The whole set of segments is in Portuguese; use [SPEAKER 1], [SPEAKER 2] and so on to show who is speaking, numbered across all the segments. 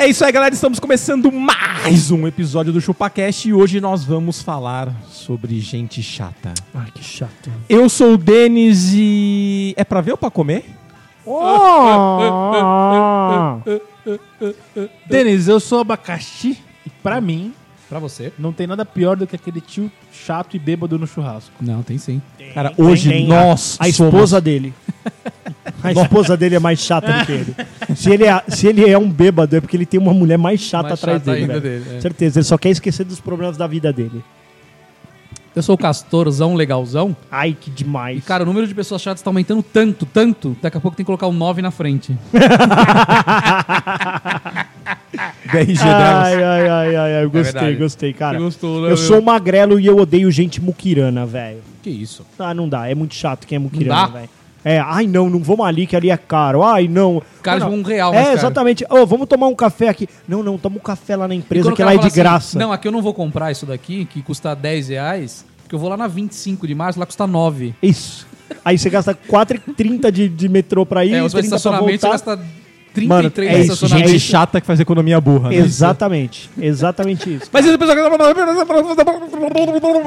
[SPEAKER 1] É isso aí, galera. Estamos começando mais um episódio do ChupaCast e hoje nós vamos falar sobre gente chata.
[SPEAKER 2] Ai, que chato.
[SPEAKER 1] Eu sou o Denis e. É pra ver ou pra comer?
[SPEAKER 2] Denis, eu sou abacaxi e pra mim
[SPEAKER 3] Pra você?
[SPEAKER 2] não tem nada pior do que aquele tio chato e bêbado no churrasco.
[SPEAKER 3] Não, tem sim.
[SPEAKER 1] Cara, hoje
[SPEAKER 4] tem.
[SPEAKER 1] nós.
[SPEAKER 4] A
[SPEAKER 1] somos-
[SPEAKER 4] esposa dele. A esposa dele é mais chata do que ele. Se ele, é, se ele é um bêbado, é porque ele tem uma mulher mais chata
[SPEAKER 3] Mais
[SPEAKER 4] atrás
[SPEAKER 3] chata
[SPEAKER 4] dele.
[SPEAKER 3] ainda
[SPEAKER 4] velho.
[SPEAKER 3] dele, é.
[SPEAKER 4] Certeza, ele só quer esquecer dos problemas da vida dele.
[SPEAKER 3] Eu sou o Castorzão Legalzão.
[SPEAKER 4] Ai, que
[SPEAKER 3] E,
[SPEAKER 4] demais.
[SPEAKER 3] cara, o número de pessoas chatas tá aumentando tanto, tanto. Daqui a pouco tem que colocar o 9 na frente.
[SPEAKER 1] DRG delas.
[SPEAKER 4] ai, ai, ai, ai, ai, eu gostei,
[SPEAKER 3] É verdade.
[SPEAKER 4] gostei, cara.
[SPEAKER 3] Você gostou, né,
[SPEAKER 4] eu
[SPEAKER 3] meu?
[SPEAKER 4] sou magrelo e eu odeio gente muquirana, velho.
[SPEAKER 3] Que isso?
[SPEAKER 4] Ah, não dá, é muito chato quem é
[SPEAKER 3] dá?
[SPEAKER 4] muquirana, velho. É, ai não, não vamos ali que ali é caro. Ai não.
[SPEAKER 3] Cara,
[SPEAKER 4] Ah, não.
[SPEAKER 3] tipo, um real mais
[SPEAKER 4] É,
[SPEAKER 3] caro.
[SPEAKER 4] exatamente. Ô, vamos tomar um café aqui. Não, não, toma um café lá na empresa
[SPEAKER 3] Quando
[SPEAKER 4] que
[SPEAKER 3] o
[SPEAKER 4] lá
[SPEAKER 3] cara
[SPEAKER 4] é de
[SPEAKER 3] fala assim,
[SPEAKER 4] graça.
[SPEAKER 3] Não, aqui eu não vou comprar isso daqui, que custa 10 reais, porque eu vou lá na 25 de março, lá custa 9.
[SPEAKER 4] Isso. Aí você gasta 4,30 de, de metrô pra ir,
[SPEAKER 3] é, você vai
[SPEAKER 4] 30 pra
[SPEAKER 3] estacionamento, você
[SPEAKER 4] voltar.
[SPEAKER 3] gasta 33
[SPEAKER 4] Mano,
[SPEAKER 3] de
[SPEAKER 4] é isso,
[SPEAKER 3] estacionamento.
[SPEAKER 1] Gente chata que faz economia burra. né?
[SPEAKER 4] Exatamente. Exatamente isso.
[SPEAKER 1] Mas esse episódio.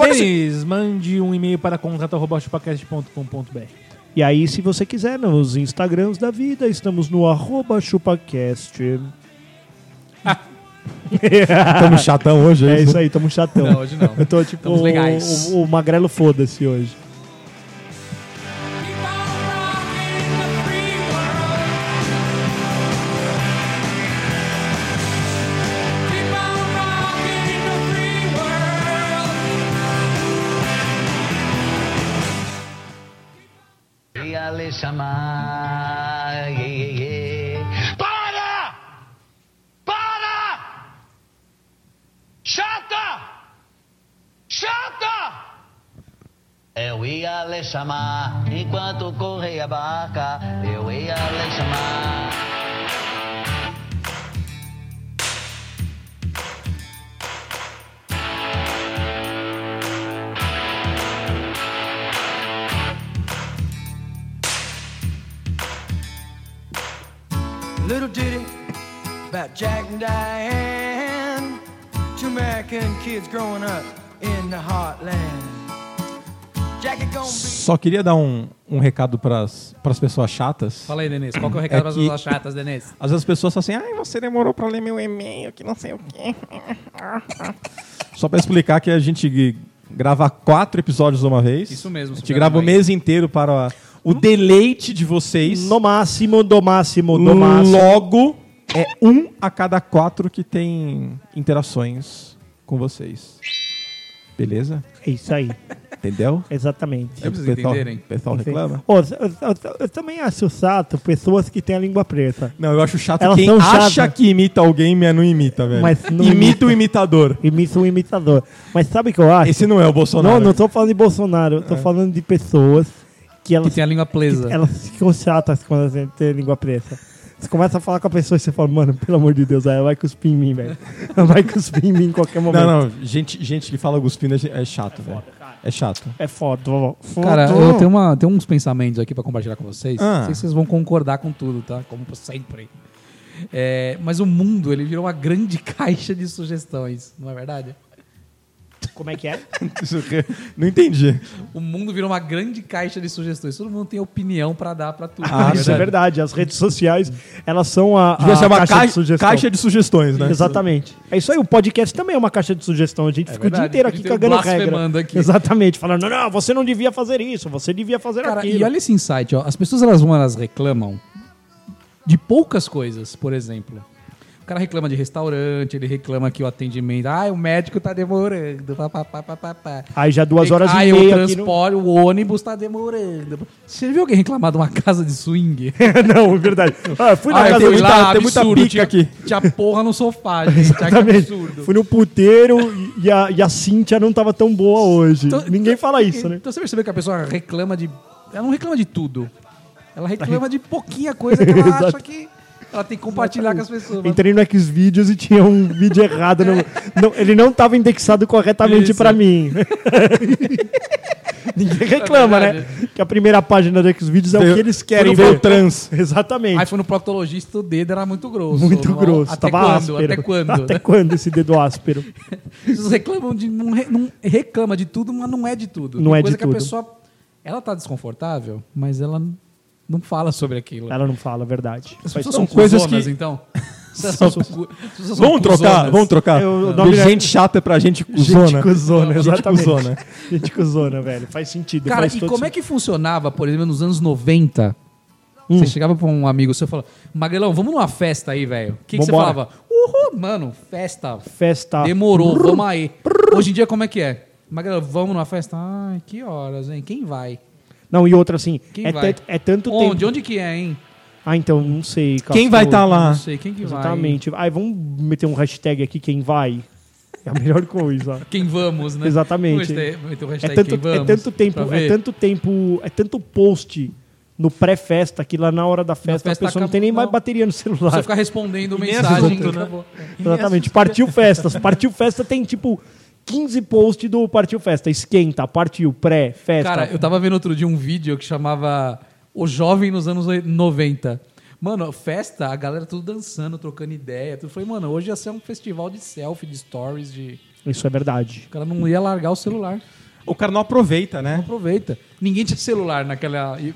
[SPEAKER 1] é
[SPEAKER 2] Denis, mande um e-mail para contato.chupacast.com.br.
[SPEAKER 4] E aí, se você quiser, nos Instagrams da vida, estamos no arroba chupacast.
[SPEAKER 1] Estamos chatão hoje,
[SPEAKER 4] É isso aí, tamo chatão.
[SPEAKER 3] Não, hoje não.
[SPEAKER 4] Eu tô tipo
[SPEAKER 3] Estamos
[SPEAKER 4] o,
[SPEAKER 3] legais.
[SPEAKER 4] o- o magrelo foda-se hoje.
[SPEAKER 5] Dígale chamar. Para! Para! Chata! Chata! Eu ia lhe chamar enquanto corria a barca. Eu ia lhe chamar.
[SPEAKER 6] little ditty about Jack and Diane, two American kids growing up in the heartland. Jackie gonna be
[SPEAKER 1] Só queria dar um, um recado pras, pras pessoas chatas.
[SPEAKER 3] Fala aí, Denise, qual que é o recado
[SPEAKER 1] É
[SPEAKER 3] para as
[SPEAKER 1] que-
[SPEAKER 3] pessoas chatas, Denise?
[SPEAKER 1] Às vezes as pessoas falam assim, ai, você demorou pra ler meu e-mail, que não sei o quê. Só pra explicar que a gente grava quatro episódios de uma vez.
[SPEAKER 3] Isso mesmo,
[SPEAKER 1] A gente
[SPEAKER 3] Super
[SPEAKER 1] grava o
[SPEAKER 3] Mãe.
[SPEAKER 1] mês inteiro para o deleite de vocês.
[SPEAKER 4] No máximo, do máximo, do máximo.
[SPEAKER 1] Logo, é um a cada quatro que tem interações com vocês. Beleza?
[SPEAKER 4] É isso aí,
[SPEAKER 1] Entendeu?
[SPEAKER 4] exatamente.
[SPEAKER 1] É,
[SPEAKER 3] pra vocês
[SPEAKER 1] pessoal,
[SPEAKER 3] entenderem.
[SPEAKER 1] pessoal reclama?
[SPEAKER 4] Ô, eu, eu- eu também acho chato pessoas que têm a língua preta.
[SPEAKER 1] Não, eu acho chato
[SPEAKER 4] Elas
[SPEAKER 1] quem
[SPEAKER 4] são
[SPEAKER 1] acha
[SPEAKER 4] chatas.
[SPEAKER 1] que imita alguém, mas não imita, velho.
[SPEAKER 4] Mas não
[SPEAKER 1] imita,
[SPEAKER 4] imita.
[SPEAKER 1] o imitador.
[SPEAKER 4] Imita um imitador. Mas sabe o que eu acho?
[SPEAKER 1] Esse não é o Bolsonaro.
[SPEAKER 4] Não, não tô falando de Bolsonaro, eu tô falando de pessoas que
[SPEAKER 3] É. Que
[SPEAKER 4] elas,
[SPEAKER 3] tem a língua presa.
[SPEAKER 4] elas ficam chatas quando elas têm língua preta. Você começa a falar com a pessoa e você fala, mano, pelo amor de Deus, aí ela vai cuspir em mim, velho. Ela vai cuspir em mim em qualquer momento.
[SPEAKER 1] Não, não, gente, gente que fala cuspindo é é chato, velho. É chato.
[SPEAKER 4] É foda, foda.
[SPEAKER 3] Cara, eu tenho, um uma, tenho uns pensamentos aqui pra compartilhar com vocês.
[SPEAKER 1] Ah.
[SPEAKER 3] Não sei se vocês vão concordar com tudo, tá? Como sempre. É, mas o mundo, ele virou uma grande caixa de sugestões, não é verdade?
[SPEAKER 4] Como é que é?
[SPEAKER 1] Isso que- não entendi.
[SPEAKER 3] O mundo virou uma grande caixa de sugestões. Todo mundo tem opinião pra dar pra tudo.
[SPEAKER 1] Ah,
[SPEAKER 4] Isso é verdade, as redes sociais, elas são a,
[SPEAKER 1] Devia
[SPEAKER 4] a
[SPEAKER 1] ser uma caixa,
[SPEAKER 4] Ah, de sugestão.
[SPEAKER 1] caixa de sugestões, né?
[SPEAKER 4] Exatamente. É isso aí, o podcast também é uma caixa de sugestão. A gente fica
[SPEAKER 3] verdade,
[SPEAKER 4] o dia inteiro
[SPEAKER 3] a gente
[SPEAKER 4] aqui
[SPEAKER 3] tem um
[SPEAKER 4] cagando
[SPEAKER 3] blasfemando
[SPEAKER 4] regra.
[SPEAKER 3] aqui.
[SPEAKER 4] Exatamente, falando, não, você não devia fazer isso, você devia fazer
[SPEAKER 3] Cara,
[SPEAKER 4] aquilo.
[SPEAKER 3] e olha esse insight, ó. As pessoas, elas vão, elas reclamam de poucas coisas, por exemplo. O cara reclama de restaurante, ele reclama que o atendimento. Ah, o médico tá demorando. Pá, pá, pá, pá, pá, pá.
[SPEAKER 4] Aí já duas horas
[SPEAKER 3] Aí
[SPEAKER 4] e
[SPEAKER 3] o
[SPEAKER 4] meia aqui no...
[SPEAKER 3] transporte, o ônibus tá demorando. Você já viu alguém reclamar de uma casa de swing?
[SPEAKER 4] Não, é verdade. Ah, fui
[SPEAKER 3] Ah,
[SPEAKER 4] na casa
[SPEAKER 3] fui
[SPEAKER 4] do
[SPEAKER 1] muita-
[SPEAKER 3] lá,
[SPEAKER 1] tem muita
[SPEAKER 3] absurdo,
[SPEAKER 1] pica
[SPEAKER 3] tinha,
[SPEAKER 1] aqui.
[SPEAKER 3] Tinha porra no sofá, gente. Tinha que um absurdo.
[SPEAKER 4] Fui no puteiro e a, e a Cíntia não tava tão boa hoje.
[SPEAKER 3] Então-
[SPEAKER 4] Ninguém fala isso,
[SPEAKER 3] então,
[SPEAKER 4] né?
[SPEAKER 3] Então você percebeu que a pessoa reclama de. Ela não reclama de tudo. Ela reclama de pouquinha coisa que ela acha
[SPEAKER 4] Tá Exato.
[SPEAKER 3] que ela tem que compartilhar com as pessoas. mas-
[SPEAKER 4] Entrei no Xvideos e tinha um vídeo errado. no- não, ele não tava indexado corretamente
[SPEAKER 3] Isso.
[SPEAKER 4] pra mim. Ninguém reclama,
[SPEAKER 3] É
[SPEAKER 4] né?
[SPEAKER 3] verdade.
[SPEAKER 4] Que a primeira página do Xvideos é o
[SPEAKER 1] Veio-
[SPEAKER 4] que eles querem
[SPEAKER 1] Quando veio
[SPEAKER 4] ver.
[SPEAKER 1] o trans.
[SPEAKER 4] Exatamente.
[SPEAKER 3] Aí foi no proctologista, o dedo era muito grosso.
[SPEAKER 4] Muito
[SPEAKER 3] Não,
[SPEAKER 4] grosso.
[SPEAKER 3] Até
[SPEAKER 4] tava
[SPEAKER 3] quando?
[SPEAKER 4] áspero.
[SPEAKER 3] Até quando?
[SPEAKER 4] Até quando esse dedo áspero?
[SPEAKER 3] Vocês reclamam de. Não, re- não- reclama de tudo, mas não é de tudo.
[SPEAKER 4] Não
[SPEAKER 3] Tem
[SPEAKER 4] é
[SPEAKER 3] coisa
[SPEAKER 4] de
[SPEAKER 3] que
[SPEAKER 4] tudo.
[SPEAKER 3] a pessoa. Ela tá desconfortável, mas ela n- não fala sobre aquilo.
[SPEAKER 4] Ela não fala a verdade.
[SPEAKER 3] As
[SPEAKER 4] Faz
[SPEAKER 3] pessoas
[SPEAKER 4] todo
[SPEAKER 3] são
[SPEAKER 1] coisas
[SPEAKER 3] coisas cuzonas,
[SPEAKER 1] que-
[SPEAKER 3] então. As pessoas são cu- as pessoas são
[SPEAKER 1] Vamos trocar,
[SPEAKER 3] cuzonas.
[SPEAKER 1] vamos trocar.
[SPEAKER 4] Eu- o
[SPEAKER 1] De
[SPEAKER 4] nome é-
[SPEAKER 1] gente chata pra gente né? cuzona.
[SPEAKER 4] Gente cuzona,
[SPEAKER 1] Gente
[SPEAKER 4] exatamente.
[SPEAKER 1] cuzona.
[SPEAKER 4] Gente cuzona, velho. Faz sentido.
[SPEAKER 3] Cara,
[SPEAKER 4] faz
[SPEAKER 3] e
[SPEAKER 4] todo
[SPEAKER 3] como é que funcionava, por exemplo, nos anos 90?
[SPEAKER 4] Hum.
[SPEAKER 3] Você chegava pra um amigo seu e falava, Magrelão, vamos numa festa aí, velho. O que, que você
[SPEAKER 4] Vambora. Ah.
[SPEAKER 3] falava? Uhul, mano, festa.
[SPEAKER 4] sentido. Festa.
[SPEAKER 3] Demorou, vamos aí. Hoje em dia, como é que é? Magrelão, vamos numa festa? Ai, que horas, hein? Quem vai?
[SPEAKER 4] Não, e outra assim.
[SPEAKER 3] Quem
[SPEAKER 4] É,
[SPEAKER 3] vai?
[SPEAKER 4] tan- é tanto
[SPEAKER 3] Onde? tá
[SPEAKER 4] tempo.
[SPEAKER 3] Onde que é, hein?
[SPEAKER 4] Ah, então, não sei.
[SPEAKER 1] Quem vai estar lá?
[SPEAKER 3] Não sei, quem que
[SPEAKER 4] Exatamente. Aí vamos meter um hashtag aqui, quem vai? É a melhor coisa.
[SPEAKER 3] vai? Quem vamos, né?
[SPEAKER 4] Exatamente.
[SPEAKER 3] Vamos ter-
[SPEAKER 4] É
[SPEAKER 3] hashtag quem
[SPEAKER 4] tanto, é
[SPEAKER 3] vamos,
[SPEAKER 4] tanto
[SPEAKER 3] pra
[SPEAKER 4] tempo,
[SPEAKER 3] ver.
[SPEAKER 4] é tanto tempo, é tanto post no pré-festa que lá na hora da festa,
[SPEAKER 3] festa
[SPEAKER 4] a pessoa não
[SPEAKER 3] acaba-
[SPEAKER 4] tem nem mais
[SPEAKER 3] não.
[SPEAKER 4] bateria no
[SPEAKER 3] Só
[SPEAKER 4] celular.
[SPEAKER 3] ficar respondendo
[SPEAKER 2] nem
[SPEAKER 3] mensagem.
[SPEAKER 2] assunto, né?
[SPEAKER 3] acabou.
[SPEAKER 4] Exatamente. Partiu festas. Partiu festa tem tipo 15 posts do Partiu Festa. Esquenta, partiu, pré, festa.
[SPEAKER 3] Cara, eu tava vendo outro dia um vídeo que chamava O Jovem nos anos oi- 90. Mano, festa, a galera tudo dançando, trocando ideia. Tudo. Eu Falei, mano, hoje ia ser um festival de selfie, de stories, de.
[SPEAKER 4] Isso é verdade.
[SPEAKER 3] O cara não ia largar o celular.
[SPEAKER 1] O cara não aproveita,
[SPEAKER 3] Não
[SPEAKER 1] né?
[SPEAKER 3] aproveita. Ninguém tinha celular naquela. e-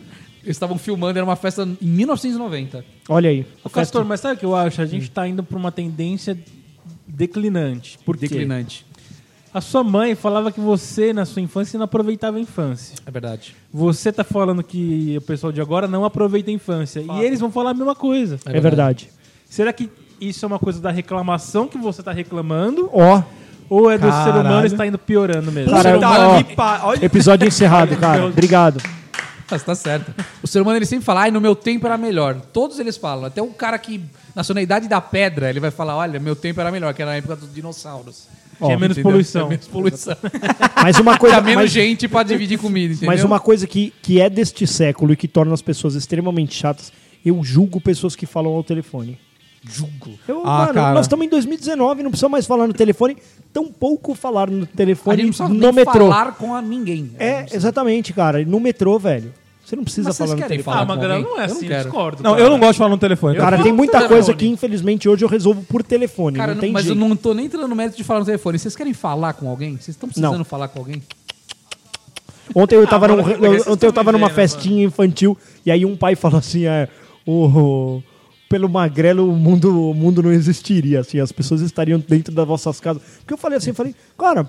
[SPEAKER 3] Eles estavam filmando, era uma festa em 1990.
[SPEAKER 4] Olha aí.
[SPEAKER 2] Ô, Castor, mas sabe o que eu acho? A gente tá indo pra uma tendência declinante. Por quê?
[SPEAKER 3] Declinante.
[SPEAKER 2] A sua mãe falava que você, na sua infância, não aproveitava a infância.
[SPEAKER 3] É verdade.
[SPEAKER 2] Você tá falando que o pessoal de agora não aproveita a infância. E eles vão falar a mesma coisa.
[SPEAKER 4] É verdade.
[SPEAKER 2] Será que isso é uma coisa da reclamação que você tá reclamando?
[SPEAKER 4] Ó,
[SPEAKER 2] Ou é do ser humano
[SPEAKER 1] Caralho.
[SPEAKER 2] está indo piorando mesmo? tá
[SPEAKER 4] Cara,
[SPEAKER 1] Puta,
[SPEAKER 4] ó,
[SPEAKER 1] que pa- olha-
[SPEAKER 4] episódio encerrado, cara. Obrigado.
[SPEAKER 3] Ah, você tá certo. O ser humano ele sempre fala, ai, no meu tempo era melhor. Todos eles falam. Até o cara que nasceu na idade da pedra, ele vai falar, olha, meu tempo era melhor, que era na época dos dinossauros.
[SPEAKER 2] Tinha menos
[SPEAKER 3] Entendeu?
[SPEAKER 2] poluição.
[SPEAKER 3] Tinha menos poluição.
[SPEAKER 4] Mais uma coisa,
[SPEAKER 3] Tinha Tá menos
[SPEAKER 4] mais,
[SPEAKER 3] gente pra dividir comida, entendeu?
[SPEAKER 4] mais uma coisa que, que é deste século e que torna as pessoas extremamente chatas. Eu julgo pessoas que falam ao telefone.
[SPEAKER 3] Julgo.
[SPEAKER 4] Eu,
[SPEAKER 1] Ah,
[SPEAKER 4] mano,
[SPEAKER 1] cara.
[SPEAKER 4] nós estamos em 2019, não precisa mais falar no telefone, tampouco falar no
[SPEAKER 3] A
[SPEAKER 4] telefone
[SPEAKER 3] gente não precisa
[SPEAKER 4] no
[SPEAKER 3] nem
[SPEAKER 4] metrô.
[SPEAKER 3] falar com a ninguém.
[SPEAKER 4] É, exatamente, cara. No metrô, velho. Você não precisa
[SPEAKER 3] né? Mas vocês
[SPEAKER 4] falar no
[SPEAKER 3] querem
[SPEAKER 4] telefone.
[SPEAKER 3] falar
[SPEAKER 2] Ah,
[SPEAKER 3] com
[SPEAKER 2] mas galera,
[SPEAKER 3] alguém?
[SPEAKER 2] não é
[SPEAKER 3] Eu não
[SPEAKER 2] assim,
[SPEAKER 3] quero.
[SPEAKER 2] discordo.
[SPEAKER 1] Não, eu não gosto de falar no telefone. Tá,
[SPEAKER 4] Cara, tem muita
[SPEAKER 2] no
[SPEAKER 4] coisa
[SPEAKER 2] telefone.
[SPEAKER 4] que, infelizmente, hoje eu resolvo por telefone.
[SPEAKER 3] Cara,
[SPEAKER 4] não
[SPEAKER 3] não-
[SPEAKER 4] tem
[SPEAKER 3] mas
[SPEAKER 4] jeito.
[SPEAKER 3] eu não tô nem entrando no mérito de falar no telefone. Vocês querem falar com alguém? Vocês estão precisando
[SPEAKER 4] Não.
[SPEAKER 3] falar com alguém?
[SPEAKER 4] Ontem eu tava,
[SPEAKER 2] Ah,
[SPEAKER 4] num-
[SPEAKER 2] mano,
[SPEAKER 4] eu-
[SPEAKER 2] vocês estão
[SPEAKER 4] ontem eu tava numa
[SPEAKER 2] vivendo,
[SPEAKER 3] né?
[SPEAKER 2] mano.
[SPEAKER 4] festinha infantil e aí um pai falou assim: é, o, pelo magrelo o mundo, o mundo não existiria, assim, as pessoas estariam dentro das nossas casas. Porque eu falei assim, eu falei, cara.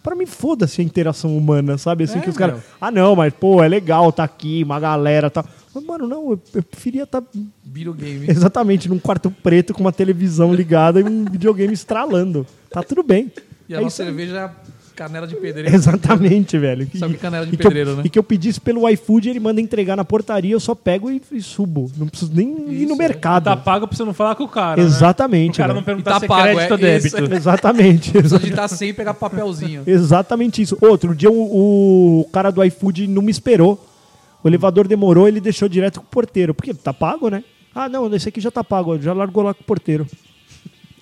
[SPEAKER 4] Pra mim, foda-se a interação humana, sabe? Assim,
[SPEAKER 3] É,
[SPEAKER 4] que os caras.
[SPEAKER 3] meu.
[SPEAKER 4] Ah, não, mas, pô, é legal, tá aqui, uma galera tá. Mas, mano, não, eu, eu preferia tá estar É
[SPEAKER 3] Videogame.
[SPEAKER 4] exatamente num quarto preto com uma televisão ligada e um videogame estralando. Tá tudo bem.
[SPEAKER 3] E a
[SPEAKER 4] É
[SPEAKER 3] nossa
[SPEAKER 4] isso aí.
[SPEAKER 3] cerveja canela de pedreiro.
[SPEAKER 4] Exatamente, velho.
[SPEAKER 3] Sabe canela de
[SPEAKER 4] e que eu-
[SPEAKER 3] pedreiro, né?
[SPEAKER 4] E que eu pedisse pelo iFood, ele manda entregar na portaria, eu só pego e, e subo. Não preciso nem ir
[SPEAKER 3] é
[SPEAKER 4] no mercado.
[SPEAKER 3] um
[SPEAKER 2] Tá pago pra você não falar com o cara. né?
[SPEAKER 4] Exatamente.
[SPEAKER 2] O cara
[SPEAKER 4] velho.
[SPEAKER 2] não perguntar
[SPEAKER 3] E tá
[SPEAKER 2] se é
[SPEAKER 3] pago,
[SPEAKER 2] crédito
[SPEAKER 3] é
[SPEAKER 2] ou débito.
[SPEAKER 3] isso.
[SPEAKER 4] Exatamente.
[SPEAKER 3] Precisa digitar sem e pegar papelzinho.
[SPEAKER 4] Exatamente isso. Outro dia o, o cara do iFood não me esperou. O elevador demorou, ele deixou direto com o porteiro. Porque tá pago, né? Ah, não, esse aqui já tá pago, já largou lá com o porteiro.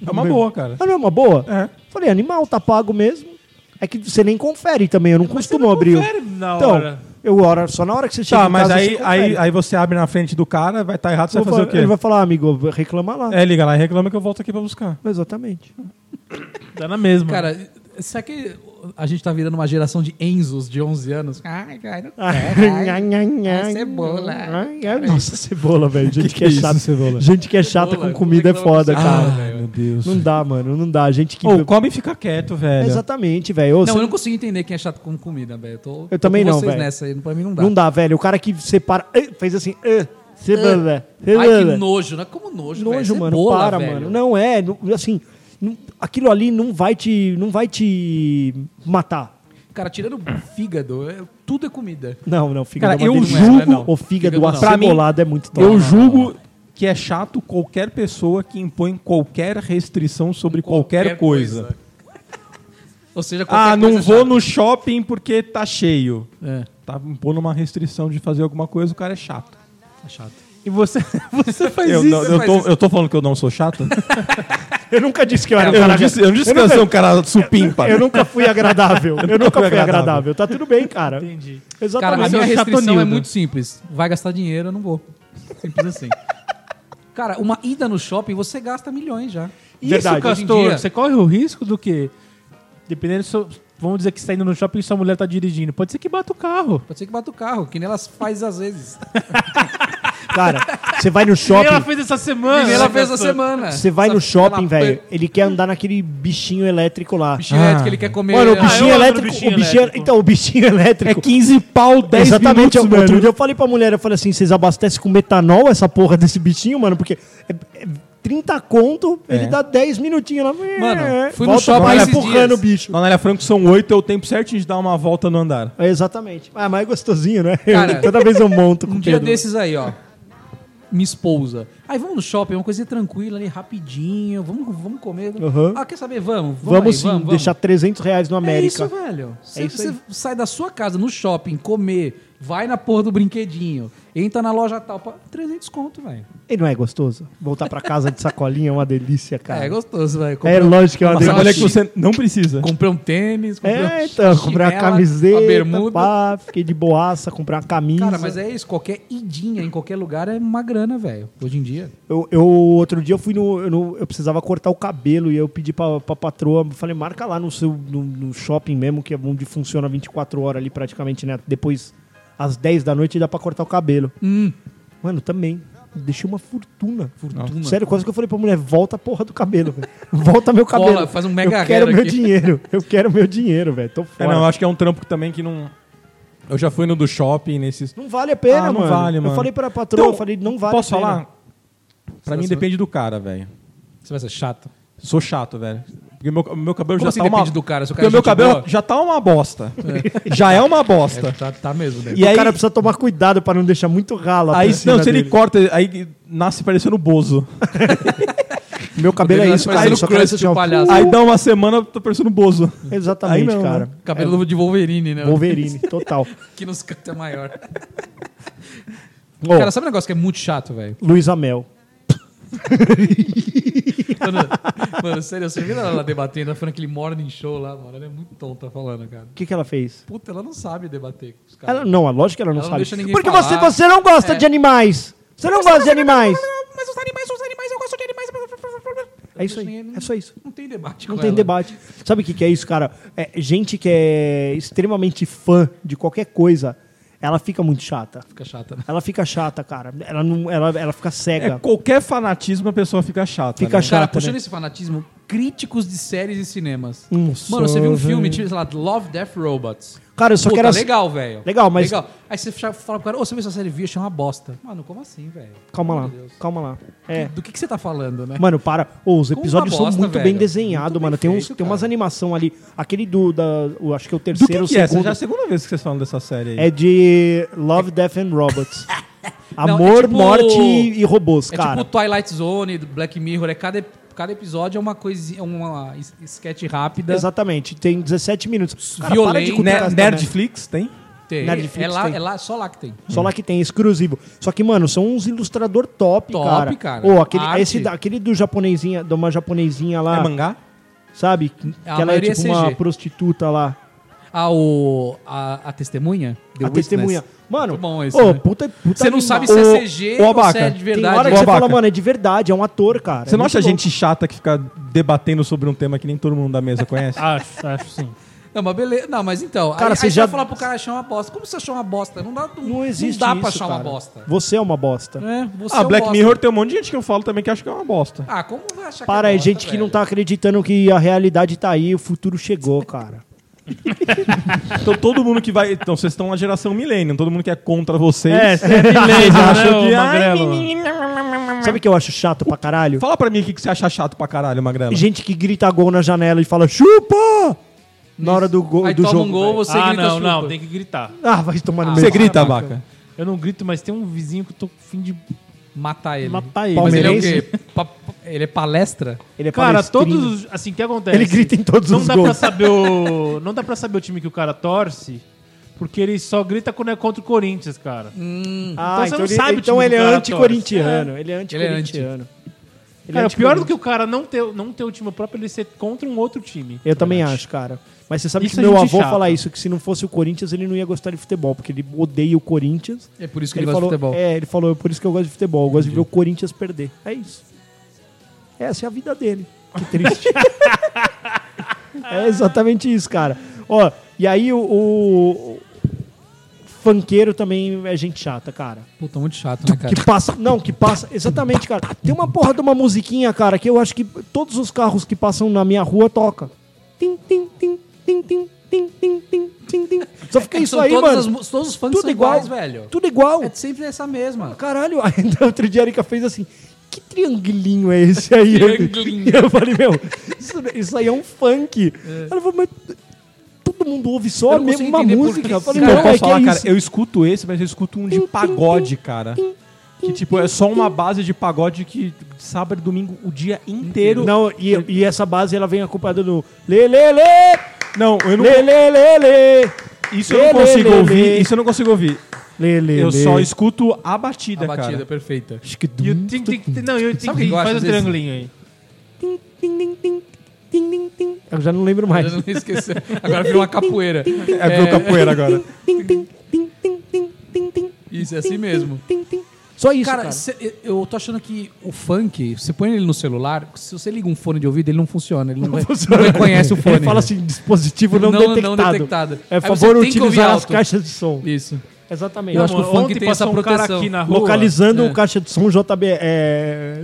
[SPEAKER 1] É uma boa, cara.
[SPEAKER 4] Ah, não é uma boa?
[SPEAKER 1] É.
[SPEAKER 4] Falei, animal, tá pago mesmo. É que você nem confere também, eu não costumo abrir. o-
[SPEAKER 2] confere na
[SPEAKER 4] então,
[SPEAKER 2] hora.
[SPEAKER 4] eu hora, só na hora que você chega
[SPEAKER 1] Tá,
[SPEAKER 4] em
[SPEAKER 1] mas
[SPEAKER 4] casa,
[SPEAKER 1] aí,
[SPEAKER 4] você confere.
[SPEAKER 1] aí, aí você abre na frente do cara, vai estar errado, você
[SPEAKER 4] Eu
[SPEAKER 1] vai
[SPEAKER 4] vou
[SPEAKER 1] fazer
[SPEAKER 4] falar- Ele
[SPEAKER 1] o
[SPEAKER 4] vai falar, "Ah, amigo, reclama lá.
[SPEAKER 1] quê? É, liga lá e reclama que eu volto aqui pra buscar.
[SPEAKER 4] Exatamente.
[SPEAKER 2] Dá na mesma.
[SPEAKER 3] Cara, será que a gente tá virando uma geração de Enzos de 11 anos? Ai, ai, não
[SPEAKER 4] Nha, nha, nha.
[SPEAKER 3] Ai, cebola.
[SPEAKER 4] Ai, ai, É, Nossa, cebola, velho. Gente que,
[SPEAKER 1] que
[SPEAKER 4] é
[SPEAKER 1] é isso,
[SPEAKER 4] chata.
[SPEAKER 1] cebola?
[SPEAKER 4] Gente que é chata
[SPEAKER 3] Cebola,
[SPEAKER 4] com comida é
[SPEAKER 3] como é que ela
[SPEAKER 4] foda,
[SPEAKER 3] vai
[SPEAKER 4] cara.
[SPEAKER 3] Ah,
[SPEAKER 1] meu Deus.
[SPEAKER 4] Não dá, mano. Não dá. Gente que.
[SPEAKER 1] Ou come e fica quieto, velho.
[SPEAKER 4] Exatamente, velho. Ô,
[SPEAKER 3] Não,
[SPEAKER 4] cê-
[SPEAKER 3] eu não consigo entender quem é chato com comida, velho. Eu, tô,
[SPEAKER 4] Eu também
[SPEAKER 3] tô com
[SPEAKER 4] não,
[SPEAKER 3] vocês
[SPEAKER 4] velho.
[SPEAKER 3] nessa aí, pra mim não dá.
[SPEAKER 4] não dá, velho. O cara que separa. eh, Fez assim. eh, Cebola.
[SPEAKER 3] Ai, que
[SPEAKER 4] Cebola.
[SPEAKER 3] nojo. Não é como nojo, velho.
[SPEAKER 4] Nojo, mano.
[SPEAKER 3] Cebola,
[SPEAKER 4] para,
[SPEAKER 3] velho.
[SPEAKER 4] mano. Não é, não- assim, não- aquilo ali não vai te, não vai te matar.
[SPEAKER 3] Cara, tirando o fígado, é- tudo é comida.
[SPEAKER 4] Não, não, fígado
[SPEAKER 1] Cara,
[SPEAKER 4] é uma
[SPEAKER 1] eu
[SPEAKER 4] delícia.
[SPEAKER 1] julgo-
[SPEAKER 4] Não, o fígado,
[SPEAKER 3] Fígado não.
[SPEAKER 1] Pra mim,
[SPEAKER 4] acebolado é muito top.
[SPEAKER 1] Eu julgo que é chato qualquer pessoa que impõe qualquer restrição sobre qualquer, coisa.
[SPEAKER 3] Ou seja, qualquer
[SPEAKER 1] Ah, não
[SPEAKER 3] coisa é
[SPEAKER 1] vou
[SPEAKER 3] já-
[SPEAKER 1] no shopping porque tá cheio.
[SPEAKER 3] É,
[SPEAKER 1] Tá impondo uma restrição de fazer alguma coisa, o cara é chato.
[SPEAKER 3] tá chato.
[SPEAKER 2] E você, você faz
[SPEAKER 1] Eu,
[SPEAKER 2] isso.
[SPEAKER 3] é
[SPEAKER 1] não- eu, tô, eu tô falando que eu não sou chato?
[SPEAKER 4] Eu nunca disse que eu era um
[SPEAKER 1] eu, não
[SPEAKER 4] cara-
[SPEAKER 1] disse, eu não disse que eu sou um cara supimpa.
[SPEAKER 4] Eu nunca fui agradável. Eu nunca fui
[SPEAKER 1] fui agradável.
[SPEAKER 4] agradável. Tá tudo bem, cara.
[SPEAKER 2] Entendi.
[SPEAKER 3] Cara, a
[SPEAKER 4] Exatamente.
[SPEAKER 3] minha
[SPEAKER 2] é
[SPEAKER 3] restrição
[SPEAKER 2] chatonildo.
[SPEAKER 3] é muito simples. Vai gastar dinheiro, eu não vou. Simples assim. Cara, uma ida no shopping, você gasta milhões já.
[SPEAKER 4] Verdade.
[SPEAKER 2] Isso,
[SPEAKER 3] Hoje em
[SPEAKER 2] Castor,
[SPEAKER 3] dia-
[SPEAKER 2] você corre o risco do que, dependendo se eu- Vamos dizer que você tá indo no shopping e sua mulher tá dirigindo. Pode ser que bata o carro.
[SPEAKER 3] Pode ser que bata o carro, que nem elas faz às vezes.
[SPEAKER 4] Cara, você vai
[SPEAKER 2] E
[SPEAKER 4] no
[SPEAKER 2] ela
[SPEAKER 4] shopping.
[SPEAKER 2] fez essa semana. né,
[SPEAKER 3] que nem ela fez
[SPEAKER 2] Castor.
[SPEAKER 3] essa semana.
[SPEAKER 4] Você vai
[SPEAKER 3] Sabe,
[SPEAKER 4] no shopping,
[SPEAKER 3] ela-
[SPEAKER 4] velho. Ele quer andar naquele bichinho elétrico lá.
[SPEAKER 3] Bichinho elétrico que ele quer comer.
[SPEAKER 4] Mano, o
[SPEAKER 3] Ah,
[SPEAKER 4] bichinho
[SPEAKER 2] eu amo
[SPEAKER 4] elétrico.
[SPEAKER 2] o bichinho
[SPEAKER 4] o bichinho-
[SPEAKER 2] elétrico.
[SPEAKER 4] Então, o bichinho
[SPEAKER 1] É
[SPEAKER 4] elétrico.
[SPEAKER 1] 15 pau, 10
[SPEAKER 4] Exatamente, é
[SPEAKER 1] minutos,
[SPEAKER 4] outro
[SPEAKER 1] mano.
[SPEAKER 4] dia eu falei pra mulher, eu falei assim, vocês abastecem com metanol essa porra desse bichinho, mano, porque é, é 30 conto, ele dá 10 minutinhos lá. é,
[SPEAKER 3] Mano, fui no
[SPEAKER 4] volta
[SPEAKER 3] shopping
[SPEAKER 4] vai
[SPEAKER 3] esses
[SPEAKER 4] empurrando
[SPEAKER 3] dias.
[SPEAKER 4] o bicho.
[SPEAKER 1] Na Anália Franco são 8, é o tempo certinho de dar uma volta no andar.
[SPEAKER 4] É, exatamente. Ah, mas é gostosinho, né?
[SPEAKER 3] Cara,
[SPEAKER 4] Toda vez eu monto com
[SPEAKER 3] Um
[SPEAKER 4] o
[SPEAKER 3] dia
[SPEAKER 4] Pedro.
[SPEAKER 3] desses aí, ó. Minha esposa. Aí vamos no shopping, uma coisinha tranquila ali, rapidinho. Vamos, vamos comer.
[SPEAKER 4] Uhum.
[SPEAKER 3] Ah, quer saber? Vamos.
[SPEAKER 4] Vamos,
[SPEAKER 3] aí,
[SPEAKER 4] sim, deixar 300 reais no
[SPEAKER 3] É isso,
[SPEAKER 4] América.
[SPEAKER 3] velho. Você
[SPEAKER 4] isso
[SPEAKER 3] você
[SPEAKER 4] aí.
[SPEAKER 3] sai da sua casa no shopping, comer, vai na porra do brinquedinho, entra na loja tal, pá, 300 conto, velho.
[SPEAKER 4] e não é gostoso? Voltar pra casa de sacolinha é uma delícia, cara.
[SPEAKER 3] É
[SPEAKER 4] É,
[SPEAKER 3] gostoso, velho.
[SPEAKER 4] lógico que é uma
[SPEAKER 3] Mas
[SPEAKER 1] Tem mulher
[SPEAKER 3] Passar uma
[SPEAKER 1] que
[SPEAKER 4] delícia.
[SPEAKER 3] chi-
[SPEAKER 1] você não precisa.
[SPEAKER 3] Comprei um tênis, comprei uma
[SPEAKER 4] É, então, comprei uma
[SPEAKER 3] chinela,
[SPEAKER 4] camiseta,
[SPEAKER 3] uma bermuda.
[SPEAKER 4] pá, fiquei de boaça, comprei uma camisa.
[SPEAKER 3] Cara, mas é isso, qualquer idinha em qualquer lugar é uma grana, velho. Hoje em dia.
[SPEAKER 4] Eu, eu- outro dia eu fui no eu, no- eu precisava cortar o cabelo e eu pedi pra, pra patroa, falei, marca lá no seu no, no shopping mesmo, que é onde funciona 24 horas ali praticamente, né? Depois, às 10 da noite, dá pra cortar o cabelo. Mano, também. Deixei uma fortuna.
[SPEAKER 3] Hum. Fortuna.
[SPEAKER 4] Sério, quase que eu falei pra mulher, volta a porra do cabelo, velho. Volta meu cabelo.
[SPEAKER 3] Cola, faz um mega
[SPEAKER 4] Eu quero
[SPEAKER 3] hair
[SPEAKER 4] meu
[SPEAKER 3] aqui.
[SPEAKER 4] dinheiro. Eu quero meu dinheiro, velho. Tô
[SPEAKER 1] É,
[SPEAKER 4] fora.
[SPEAKER 1] não, eu
[SPEAKER 4] não,
[SPEAKER 1] acho que é um trampo que também que não. Eu já fui no do shopping nesses.
[SPEAKER 4] vale a pena,
[SPEAKER 1] Ah, não
[SPEAKER 4] mano.
[SPEAKER 1] vale, mano.
[SPEAKER 4] Eu falei pra patroa,
[SPEAKER 1] Então,
[SPEAKER 4] eu falei, não vale
[SPEAKER 1] Posso
[SPEAKER 4] a pena.
[SPEAKER 1] falar? Pra mim depende do cara, velho.
[SPEAKER 3] Você vai ser chato.
[SPEAKER 1] Sou chato, velho. Porque meu, meu cabelo
[SPEAKER 3] Como
[SPEAKER 1] já
[SPEAKER 3] assim
[SPEAKER 1] tá uma.
[SPEAKER 3] depende do cara? Se o
[SPEAKER 1] Porque
[SPEAKER 3] cara é
[SPEAKER 1] meu
[SPEAKER 3] gente
[SPEAKER 1] cabelo
[SPEAKER 3] boa?
[SPEAKER 1] já tá uma bosta. Já é uma bosta.
[SPEAKER 3] Tá, tá mesmo, né?
[SPEAKER 1] E
[SPEAKER 4] o
[SPEAKER 1] aí,
[SPEAKER 4] cara precisa tomar cuidado pra não deixar muito rala.
[SPEAKER 1] aí
[SPEAKER 4] pra
[SPEAKER 1] não,
[SPEAKER 4] cima
[SPEAKER 1] se ele
[SPEAKER 4] dele.
[SPEAKER 1] corta, aí nasce parecendo bozo.
[SPEAKER 4] Meu cabelo é
[SPEAKER 3] Ele
[SPEAKER 4] isso,
[SPEAKER 3] vai tá
[SPEAKER 4] cara.
[SPEAKER 3] parecendo
[SPEAKER 4] Ele só cresce
[SPEAKER 3] Crunch
[SPEAKER 4] assim,
[SPEAKER 3] do
[SPEAKER 4] ó.
[SPEAKER 3] palhaço.
[SPEAKER 1] Aí dá uma semana, tô parecendo bozo.
[SPEAKER 4] Exatamente,
[SPEAKER 1] Aí não,
[SPEAKER 4] cara.
[SPEAKER 3] Cabelo de Wolverine, né?
[SPEAKER 4] Wolverine, total.
[SPEAKER 3] Que nos cantos é maior.
[SPEAKER 4] Ó,
[SPEAKER 3] Cara, sabe um negócio que é muito chato, velho?
[SPEAKER 4] Luiz Amel.
[SPEAKER 3] Mano, mano, sério, você viu ela debatendo, ela falando aquele morning show lá, mano? Ela é muito tonta falando, cara.
[SPEAKER 4] O que, que ela fez?
[SPEAKER 3] Puta, ela não sabe debater com os caras.
[SPEAKER 4] Ela, não, é lógico que ela não
[SPEAKER 3] Ela não
[SPEAKER 4] sabe.
[SPEAKER 3] deixa ninguém
[SPEAKER 4] Porque
[SPEAKER 3] falar.
[SPEAKER 4] você, você não gosta
[SPEAKER 3] É.
[SPEAKER 4] de animais. Você não gosta de animais.
[SPEAKER 3] Mas os animais, os animais, eu gosto de animais.
[SPEAKER 4] É isso aí. É só isso.
[SPEAKER 3] Não tem debate
[SPEAKER 4] Não
[SPEAKER 3] com
[SPEAKER 4] tem
[SPEAKER 3] ela.
[SPEAKER 4] debate. Sabe o que, que é isso, cara? É, gente que é extremamente fã de qualquer coisa, ela fica muito chata.
[SPEAKER 3] Fica chata, né?
[SPEAKER 4] Ela fica chata, cara. Ela, não, ela, ela fica
[SPEAKER 1] É,
[SPEAKER 4] cega.
[SPEAKER 1] qualquer fanatismo a pessoa fica chata.
[SPEAKER 4] Fica
[SPEAKER 1] né?
[SPEAKER 4] chata.
[SPEAKER 3] Cara,
[SPEAKER 4] né?
[SPEAKER 3] puxando esse fanatismo, críticos de séries e cinemas.
[SPEAKER 4] Nossa,
[SPEAKER 3] Mano, você viu um
[SPEAKER 4] velho.
[SPEAKER 3] filme, tipo, sei lá, Love, Death, Robots.
[SPEAKER 4] Cara, eu só
[SPEAKER 3] Puta,
[SPEAKER 4] quero... ass-
[SPEAKER 3] legal, velho.
[SPEAKER 4] Legal, mas-
[SPEAKER 3] Aí você fala pro cara, ô, você viu essa série? Vi, achei uma bosta. Mano, como assim, velho?
[SPEAKER 4] Calma
[SPEAKER 3] Meu
[SPEAKER 4] lá,
[SPEAKER 3] Deus.
[SPEAKER 4] calma lá. É.
[SPEAKER 3] Do que, que você tá falando, né?
[SPEAKER 4] Mano, para. Ô, os
[SPEAKER 3] Como
[SPEAKER 4] episódios
[SPEAKER 3] uma
[SPEAKER 4] são
[SPEAKER 3] bosta,
[SPEAKER 4] muito
[SPEAKER 3] velho.
[SPEAKER 4] bem desenhados,
[SPEAKER 3] Muito
[SPEAKER 4] mano.
[SPEAKER 3] bem
[SPEAKER 4] tem, uns,
[SPEAKER 3] feito,
[SPEAKER 4] tem umas
[SPEAKER 3] cara.
[SPEAKER 4] animação ali. Aquele do. Da, o- acho que é o
[SPEAKER 1] Do
[SPEAKER 4] terceiro,
[SPEAKER 1] que,
[SPEAKER 4] o
[SPEAKER 1] que é? Essa
[SPEAKER 4] segundo.
[SPEAKER 1] já é a segunda vez que vocês falam dessa série aí.
[SPEAKER 4] É de Love, Death and Robots. Amor,
[SPEAKER 3] Não, é tipo-
[SPEAKER 4] morte e robôs,
[SPEAKER 3] É
[SPEAKER 4] cara.
[SPEAKER 3] tipo Twilight Zone, do Black Mirror, é cada, cada episódio é uma coisinha, uma es- sketch rápida.
[SPEAKER 4] Exatamente. Tem 17 minutos. Cara, para de
[SPEAKER 3] Violento. né,
[SPEAKER 4] cutucar
[SPEAKER 1] Ne-
[SPEAKER 4] essa merda.
[SPEAKER 1] Nerdflix tem?
[SPEAKER 3] Tem.
[SPEAKER 4] Netflix
[SPEAKER 3] é, lá,
[SPEAKER 4] tem.
[SPEAKER 3] é lá- só lá que tem.
[SPEAKER 4] Só lá que tem, exclusivo. Só que, mano, são uns ilustrador top,
[SPEAKER 3] Top,
[SPEAKER 4] cara.
[SPEAKER 3] cara.
[SPEAKER 4] Ô, aquele,
[SPEAKER 3] Arte.
[SPEAKER 4] esse da- aquele do japonesinha, de uma japonesinha lá,
[SPEAKER 1] É mangá?
[SPEAKER 4] sabe? Que, que ela é
[SPEAKER 3] maioria é
[SPEAKER 4] tipo uma
[SPEAKER 3] CG.
[SPEAKER 4] prostituta lá.
[SPEAKER 3] Ah, o, a, a testemunha? The
[SPEAKER 4] a
[SPEAKER 3] Witness.
[SPEAKER 4] testemunha. Mano,
[SPEAKER 3] Muito bom esse,
[SPEAKER 4] ô,
[SPEAKER 3] né?
[SPEAKER 4] puta, puta
[SPEAKER 3] Você não
[SPEAKER 4] animal.
[SPEAKER 3] sabe se
[SPEAKER 1] Ô,
[SPEAKER 3] é CG
[SPEAKER 1] ô,
[SPEAKER 3] ou se
[SPEAKER 1] Abaca,
[SPEAKER 3] é de
[SPEAKER 4] Tem hora
[SPEAKER 3] verdade.
[SPEAKER 4] que você
[SPEAKER 1] Babaca.
[SPEAKER 4] fala, mano, é de verdade, é um ator, cara.
[SPEAKER 1] Você
[SPEAKER 4] É
[SPEAKER 1] não acha
[SPEAKER 4] muito
[SPEAKER 1] gente chata que fica debatendo sobre um tema que nem todo mundo da mesa conhece?
[SPEAKER 3] Ah,
[SPEAKER 2] Acho, acho sim.
[SPEAKER 3] Não, mas beleza. Não, mas então.
[SPEAKER 4] Cara,
[SPEAKER 3] aí,
[SPEAKER 4] você
[SPEAKER 3] aí
[SPEAKER 4] já-
[SPEAKER 3] vai falar pro cara achar uma bosta. Como você achou uma bosta? Não dá, não,
[SPEAKER 4] louco. Não existe
[SPEAKER 3] não dá pra
[SPEAKER 4] isso,
[SPEAKER 3] achar uma
[SPEAKER 4] cara.
[SPEAKER 3] bosta.
[SPEAKER 4] Você é uma bosta.
[SPEAKER 3] É, você é
[SPEAKER 1] ah,
[SPEAKER 3] um
[SPEAKER 1] Black
[SPEAKER 3] bosta.
[SPEAKER 1] Mirror tem um monte de gente que eu falo também que acha que é uma bosta.
[SPEAKER 3] Ah, como vai achar
[SPEAKER 4] Para
[SPEAKER 3] é
[SPEAKER 4] aí,
[SPEAKER 3] bosta,
[SPEAKER 4] gente que não
[SPEAKER 3] velho?
[SPEAKER 4] tá acreditando que a realidade tá aí, o futuro chegou, cara.
[SPEAKER 1] Então todo mundo que vai. Então vocês estão na geração milênio, todo mundo que é contra vocês.
[SPEAKER 2] É, você é milênio, né,
[SPEAKER 1] acham
[SPEAKER 2] ô
[SPEAKER 1] que.
[SPEAKER 4] é.
[SPEAKER 1] "Ai,
[SPEAKER 2] Magrelo?
[SPEAKER 4] Sabe o que eu acho chato pra caralho?
[SPEAKER 1] Fala pra mim o que que você acha chato pra caralho, Magrela.
[SPEAKER 4] Gente que grita gol na janela e fala chupa! Na hora tá do, gol,
[SPEAKER 3] Aí
[SPEAKER 4] do
[SPEAKER 3] toma
[SPEAKER 4] jogo.
[SPEAKER 3] um gol, você
[SPEAKER 2] ah,
[SPEAKER 3] grita
[SPEAKER 2] não,
[SPEAKER 3] chupa.
[SPEAKER 2] não, tem que gritar.
[SPEAKER 4] Ah, vai tomar no
[SPEAKER 3] Ah,
[SPEAKER 4] meio.
[SPEAKER 1] Você grita,
[SPEAKER 3] Vaca.
[SPEAKER 1] vaca.
[SPEAKER 2] Eu não grito, mas tem um vizinho que eu tô com fim de
[SPEAKER 3] Matar ele.
[SPEAKER 2] matar ele.
[SPEAKER 3] Mas ele é o
[SPEAKER 4] Palmeirense?
[SPEAKER 3] quê? Pa- pa- ele é palestra?
[SPEAKER 4] Ele é
[SPEAKER 2] Cara,
[SPEAKER 4] palestrino.
[SPEAKER 2] todos. os- Assim, o que acontece?
[SPEAKER 4] Ele grita em todos
[SPEAKER 2] não
[SPEAKER 4] os
[SPEAKER 2] dá
[SPEAKER 4] gols.
[SPEAKER 2] Pra saber o, não dá pra saber o time que o cara torce, porque ele só grita quando é contra o Corinthians, cara.
[SPEAKER 4] Ah,
[SPEAKER 2] Então você
[SPEAKER 4] então,
[SPEAKER 2] não
[SPEAKER 4] ele,
[SPEAKER 2] sabe o
[SPEAKER 4] então
[SPEAKER 2] time
[SPEAKER 4] ele é
[SPEAKER 2] do cara,
[SPEAKER 4] anticorintiano. Ele é anticorintiano. Ele é
[SPEAKER 2] cara, o pior do que
[SPEAKER 4] anticorintiano.
[SPEAKER 2] o cara não ter, não ter o time próprio, ele ser contra um outro time.
[SPEAKER 4] Eu também acho, cara. Mas você sabe
[SPEAKER 2] Isso
[SPEAKER 4] que
[SPEAKER 2] é
[SPEAKER 4] meu
[SPEAKER 2] gente
[SPEAKER 4] avô
[SPEAKER 2] chata.
[SPEAKER 4] fala isso, que se não fosse o Corinthians, ele não ia gostar de futebol, porque ele odeia o Corinthians.
[SPEAKER 3] É por isso que
[SPEAKER 4] Ele
[SPEAKER 3] ele, gosta
[SPEAKER 4] falou,
[SPEAKER 3] de futebol.
[SPEAKER 4] É, ele falou, por isso que eu gosto de futebol, eu gosto de ver o Corinthians perder. É isso. Essa é a vida dele. Que triste. é exatamente isso, cara. Ó, e aí o, o, o funkeiro também é gente chata, cara.
[SPEAKER 3] Puta, muito chato, né, cara?
[SPEAKER 4] Que passa. Não, que passa. Exatamente, cara. Tem uma porra de uma musiquinha, cara, que eu acho que todos os carros que passam na minha rua toca. Tim, tim, tim, tim, tim, tim, tim, tim, tim, tim. Só fica isso
[SPEAKER 3] É São
[SPEAKER 4] aí,
[SPEAKER 3] todas
[SPEAKER 4] mano.
[SPEAKER 3] as mu- todos os fãs
[SPEAKER 4] Tudo
[SPEAKER 3] são
[SPEAKER 4] igual.
[SPEAKER 3] iguais, velho.
[SPEAKER 4] Tudo igual.
[SPEAKER 3] É sempre essa mesma.
[SPEAKER 4] Caralho, aí outro dia a Erika fez assim. Que triangulinho é esse aí?
[SPEAKER 3] Triangulinho.
[SPEAKER 4] Eu falei, meu, isso, isso aí é um funk. Ela falou, mas todo mundo ouve só
[SPEAKER 3] Eu
[SPEAKER 4] a
[SPEAKER 3] não
[SPEAKER 4] mesma
[SPEAKER 3] consigo
[SPEAKER 4] uma
[SPEAKER 3] entender por
[SPEAKER 4] música.
[SPEAKER 3] que
[SPEAKER 4] Eu falei,
[SPEAKER 3] esse
[SPEAKER 4] não,
[SPEAKER 1] Cara, eu
[SPEAKER 4] é
[SPEAKER 1] posso
[SPEAKER 4] que
[SPEAKER 1] falar,
[SPEAKER 4] é
[SPEAKER 1] cara,
[SPEAKER 4] isso.
[SPEAKER 1] eu escuto esse, mas eu escuto um de pagode, cara. Que tipo, é só uma base de pagode que sábado e domingo o dia inteiro.
[SPEAKER 4] Não, e, e essa base ela vem acompanhada do lê, lê, lê,
[SPEAKER 1] não eu não.
[SPEAKER 4] lê, lê, lê, lê.
[SPEAKER 1] Isso eu não
[SPEAKER 4] Lê, lê,
[SPEAKER 1] consigo
[SPEAKER 4] lê,
[SPEAKER 1] ouvir.
[SPEAKER 4] lê.
[SPEAKER 1] Isso eu não consigo ouvir.
[SPEAKER 4] Lê, lê,
[SPEAKER 1] Eu
[SPEAKER 4] lê.
[SPEAKER 1] só escuto a batida,
[SPEAKER 3] A batida é
[SPEAKER 1] cara.
[SPEAKER 3] perfeita.
[SPEAKER 2] E o tim, tim, tim- não, e o tim,
[SPEAKER 3] Sabe o que
[SPEAKER 2] tim,
[SPEAKER 3] eu acho
[SPEAKER 2] faz o
[SPEAKER 3] desse?
[SPEAKER 2] um triangulinho aí.
[SPEAKER 4] Tim, tim, tim, tim, tim, tim, tim. Eu já não lembro mais.
[SPEAKER 3] Eu não esqueci. Agora virou uma capoeira.
[SPEAKER 1] É, pro capoeira agora.
[SPEAKER 4] Tim, tim, tim, tim, tim, tim, tim.
[SPEAKER 3] Isso, é assim mesmo.
[SPEAKER 4] Tim, tim. Só isso,
[SPEAKER 3] Cara,
[SPEAKER 4] cara.
[SPEAKER 3] cê- eu- eu tô achando que o funk, você põe ele no celular, se você liga um fone de ouvido, ele não funciona. Ele não, re- não reconhece o fone. né?
[SPEAKER 4] Ele fala assim, dispositivo não,
[SPEAKER 3] Não- não
[SPEAKER 4] detectado.
[SPEAKER 3] detectado.
[SPEAKER 4] É
[SPEAKER 3] Aí você
[SPEAKER 4] favor
[SPEAKER 3] tem que ouvir
[SPEAKER 4] utilizar as
[SPEAKER 3] alto.
[SPEAKER 4] caixas de som.
[SPEAKER 3] Isso.
[SPEAKER 4] Exatamente.
[SPEAKER 3] Eu acho que o
[SPEAKER 2] Mano,
[SPEAKER 3] funk
[SPEAKER 2] ontem
[SPEAKER 3] tem essa
[SPEAKER 2] passou um cara
[SPEAKER 3] proteção.
[SPEAKER 2] aqui na rua.
[SPEAKER 4] Localizando
[SPEAKER 3] É.
[SPEAKER 4] o caixa de som JB, é,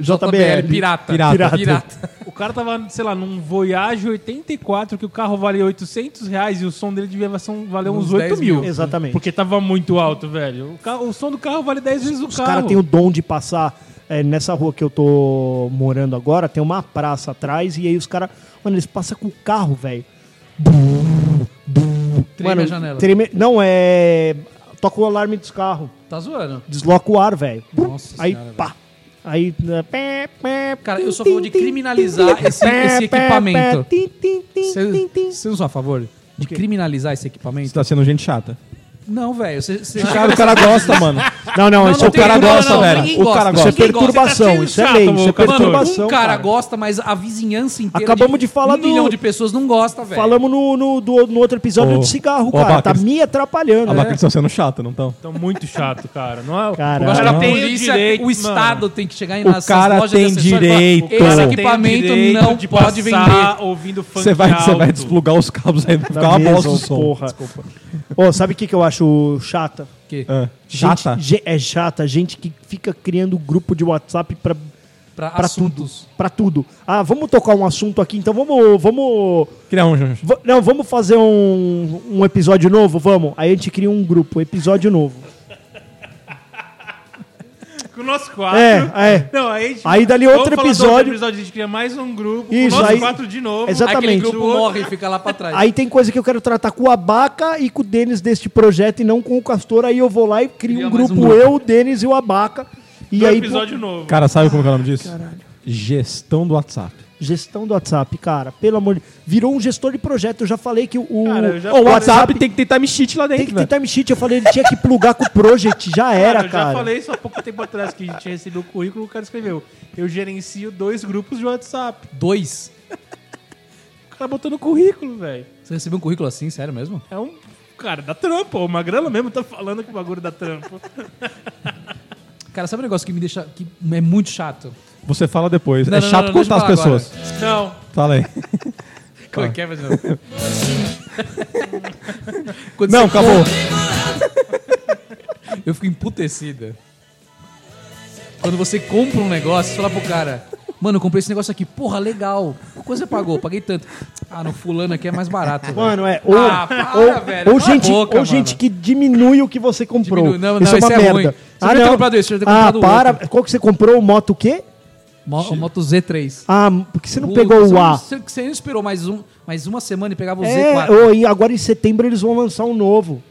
[SPEAKER 3] JBL,
[SPEAKER 4] JBL.
[SPEAKER 3] pirata.
[SPEAKER 4] Pirata.
[SPEAKER 3] Pirata.
[SPEAKER 2] O cara tava, sei lá, num Voyage 84 que o carro valia 800 reais e o som dele devia ser um- valer uns,
[SPEAKER 3] Uns
[SPEAKER 2] 8
[SPEAKER 3] 10 mil.
[SPEAKER 2] mil.
[SPEAKER 4] Exatamente.
[SPEAKER 2] Porque tava muito alto, velho. O, ca- o som do carro vale 10 vezes o
[SPEAKER 4] Os um-
[SPEAKER 2] carro.
[SPEAKER 4] caras têm o dom de passar. é, nessa rua que eu tô morando agora, tem uma praça atrás, e aí os caras. Mano, eles passam com o carro, velho. Bum, bum.
[SPEAKER 3] Treme a janela.
[SPEAKER 4] treme- não, é. Toca o alarme dos carros.
[SPEAKER 3] Tá zoando.
[SPEAKER 4] Desloca o ar, velho.
[SPEAKER 3] Nossa
[SPEAKER 4] Aí,
[SPEAKER 3] senhora,
[SPEAKER 4] pá. Aí. né, pé, pé,
[SPEAKER 3] Cara, eu sou a
[SPEAKER 4] tim,
[SPEAKER 3] favor de
[SPEAKER 4] tim,
[SPEAKER 3] criminalizar
[SPEAKER 4] tim,
[SPEAKER 3] esse-
[SPEAKER 4] pé,
[SPEAKER 3] esse
[SPEAKER 4] pé,
[SPEAKER 3] equipamento.
[SPEAKER 4] pé, tim, tim, tim, tim, tim.
[SPEAKER 3] Vocês não são a favor de criminalizar esse
[SPEAKER 1] Você
[SPEAKER 3] equipamento?
[SPEAKER 1] tá sendo gente chata.
[SPEAKER 3] Não, velho. Você você chega
[SPEAKER 1] Cara, o cara gosta, mano.
[SPEAKER 4] Não, não,
[SPEAKER 3] Não,
[SPEAKER 4] isso
[SPEAKER 3] não
[SPEAKER 4] é o
[SPEAKER 3] tem
[SPEAKER 4] cara
[SPEAKER 3] como,
[SPEAKER 4] gosta,
[SPEAKER 3] não,
[SPEAKER 4] velho.
[SPEAKER 3] ninguém
[SPEAKER 4] O
[SPEAKER 3] gosta.
[SPEAKER 4] cara gosta. Isso é
[SPEAKER 3] Ninguém gosta.
[SPEAKER 4] perturbação,
[SPEAKER 2] Você tá
[SPEAKER 4] isso é
[SPEAKER 2] sendo
[SPEAKER 4] lei,
[SPEAKER 2] chato,
[SPEAKER 4] isso é
[SPEAKER 2] Lucas.
[SPEAKER 3] Mano, um
[SPEAKER 4] perturbação.
[SPEAKER 3] cara,
[SPEAKER 4] cara.
[SPEAKER 3] gosta, mas a vizinhança inteira.
[SPEAKER 4] Acabamos de falar
[SPEAKER 3] um
[SPEAKER 4] do-
[SPEAKER 3] milhão de pessoas não gosta, velho.
[SPEAKER 4] Falamos no, no, do- no outro episódio
[SPEAKER 1] É. Ô,
[SPEAKER 4] de cigarro,
[SPEAKER 1] ô,
[SPEAKER 4] cara.
[SPEAKER 1] Abaca,
[SPEAKER 4] tá me
[SPEAKER 1] A
[SPEAKER 4] atrapalhando. né?
[SPEAKER 1] vaca eles estão sendo chata, não estão?
[SPEAKER 2] Então, muito chato, cara. Não é...
[SPEAKER 4] Caralho.
[SPEAKER 2] O
[SPEAKER 3] Acho que
[SPEAKER 2] cara
[SPEAKER 3] a
[SPEAKER 2] tem
[SPEAKER 3] polícia,
[SPEAKER 2] direito,
[SPEAKER 3] o Estado
[SPEAKER 2] mano.
[SPEAKER 3] tem que chegar em
[SPEAKER 1] O
[SPEAKER 3] nessas
[SPEAKER 1] cara
[SPEAKER 3] lojas de
[SPEAKER 1] tem
[SPEAKER 3] acessórios e falar,
[SPEAKER 1] direito.
[SPEAKER 2] O cara
[SPEAKER 3] Esse
[SPEAKER 2] tem o
[SPEAKER 3] equipamento
[SPEAKER 2] direito
[SPEAKER 3] não
[SPEAKER 2] de
[SPEAKER 3] pode
[SPEAKER 2] passar
[SPEAKER 3] vender.
[SPEAKER 2] Ouvindo funk
[SPEAKER 1] Você vai, você vai
[SPEAKER 2] alto.
[SPEAKER 1] desplugar os cabos aí, vai
[SPEAKER 4] Da
[SPEAKER 1] ficar uma
[SPEAKER 4] mesa,
[SPEAKER 1] bosta
[SPEAKER 4] ô,
[SPEAKER 1] o som.
[SPEAKER 4] porra. Ô, sabe o que, que eu acho chata?
[SPEAKER 3] Que-
[SPEAKER 1] Ah, chata?
[SPEAKER 4] Gente, ge- é chata, gente que fica criando grupo de WhatsApp pra,
[SPEAKER 3] pra,
[SPEAKER 4] pra tudo.
[SPEAKER 3] assuntos.
[SPEAKER 4] Pra tudo. Ah, vamos tocar um assunto aqui, então vamos. vamos
[SPEAKER 1] Criar um. um-
[SPEAKER 4] va- não, vamos fazer um, um episódio novo? Vamos. Aí a gente cria um grupo, episódio novo.
[SPEAKER 2] Com nós quatro.
[SPEAKER 4] É, é.
[SPEAKER 2] Não, aí, a gente-
[SPEAKER 4] Aí dali
[SPEAKER 2] Vamos
[SPEAKER 4] outro
[SPEAKER 2] falar do
[SPEAKER 4] episódio.
[SPEAKER 2] episódio, a gente cria mais um grupo.
[SPEAKER 4] Isso,
[SPEAKER 2] com nós
[SPEAKER 4] aí-
[SPEAKER 2] quatro de novo.
[SPEAKER 4] Exatamente.
[SPEAKER 3] Aquele grupo
[SPEAKER 2] Do outro-
[SPEAKER 3] tipo, morre e fica lá pra trás.
[SPEAKER 4] Aí tem coisa que eu quero tratar com o Abaca e com o Denis deste projeto e não com o Castor. Aí eu vou lá e crio
[SPEAKER 3] Cria
[SPEAKER 4] um
[SPEAKER 3] mais
[SPEAKER 4] grupo,
[SPEAKER 3] um grupo.
[SPEAKER 4] eu, o Denis e o Abaca. E
[SPEAKER 2] do
[SPEAKER 4] aí, pô,
[SPEAKER 2] episódio novo.
[SPEAKER 1] Cara, sabe como que é o nome disso? Gestão do WhatsApp.
[SPEAKER 4] gestão do WhatsApp, cara, pelo amor de Virou um gestor de projeto. Eu já falei que o,
[SPEAKER 2] Cara, eu já
[SPEAKER 4] o
[SPEAKER 2] falei-
[SPEAKER 4] WhatsApp
[SPEAKER 1] tem que ter time sheet lá
[SPEAKER 4] tem que ter timesheet. Eu falei, ele tinha que plugar com o Project. Já era,
[SPEAKER 2] eu
[SPEAKER 4] cara.
[SPEAKER 2] já falei isso há pouco tempo atrás, que a gente recebeu o currículo, o cara escreveu. Eu gerencio dois grupos de WhatsApp.
[SPEAKER 3] Dois.
[SPEAKER 2] O cara botou no currículo, velho.
[SPEAKER 3] Você recebeu um currículo assim, sério mesmo?
[SPEAKER 2] É um. Cara, dá trampo. O Magrelo mesmo tá falando que o bagulho dá trampo.
[SPEAKER 3] Cara, sabe um negócio que me deixa. que é muito chato?
[SPEAKER 1] Você fala depois.
[SPEAKER 3] Não,
[SPEAKER 1] é
[SPEAKER 3] não,
[SPEAKER 1] chato
[SPEAKER 3] não, não,
[SPEAKER 1] contar as
[SPEAKER 3] deixa eu falar
[SPEAKER 1] pessoas.
[SPEAKER 2] Não.
[SPEAKER 1] Fala aí.
[SPEAKER 3] Como é que é, mas não. Quando
[SPEAKER 1] Não,
[SPEAKER 3] você-
[SPEAKER 1] acabou.
[SPEAKER 3] Eu fico emputecida. Quando você compra um negócio, você fala pro cara, mano, eu comprei esse negócio aqui, porra, legal. Quanto você pagou? Paguei tanto. Ah, no fulano aqui é mais barato. velho.
[SPEAKER 4] Mano, é. Ou,
[SPEAKER 3] Ah, para,
[SPEAKER 4] ou,
[SPEAKER 3] velho,
[SPEAKER 4] ou
[SPEAKER 3] cala a
[SPEAKER 4] gente,
[SPEAKER 3] boca,
[SPEAKER 4] ou gente
[SPEAKER 3] mano.
[SPEAKER 4] que diminui o que você comprou.
[SPEAKER 3] Diminui- não,
[SPEAKER 4] isso
[SPEAKER 3] não,
[SPEAKER 4] é uma
[SPEAKER 3] isso é ruim.
[SPEAKER 4] merda.
[SPEAKER 3] Você devia ter comprado esse, você devia ter
[SPEAKER 4] ah,
[SPEAKER 3] comprado
[SPEAKER 4] para.
[SPEAKER 3] outro.
[SPEAKER 4] Qual que você comprou? O Moto o quê?
[SPEAKER 3] Mo- o Moto Z3.
[SPEAKER 4] Ah, porque você não
[SPEAKER 3] Puta,
[SPEAKER 4] pegou
[SPEAKER 3] você
[SPEAKER 4] o A.
[SPEAKER 3] Você, você não esperou mais, um, mais uma semana e pegava o
[SPEAKER 4] É,
[SPEAKER 3] Z4.
[SPEAKER 4] ou, e agora em setembro eles vão lançar um novo.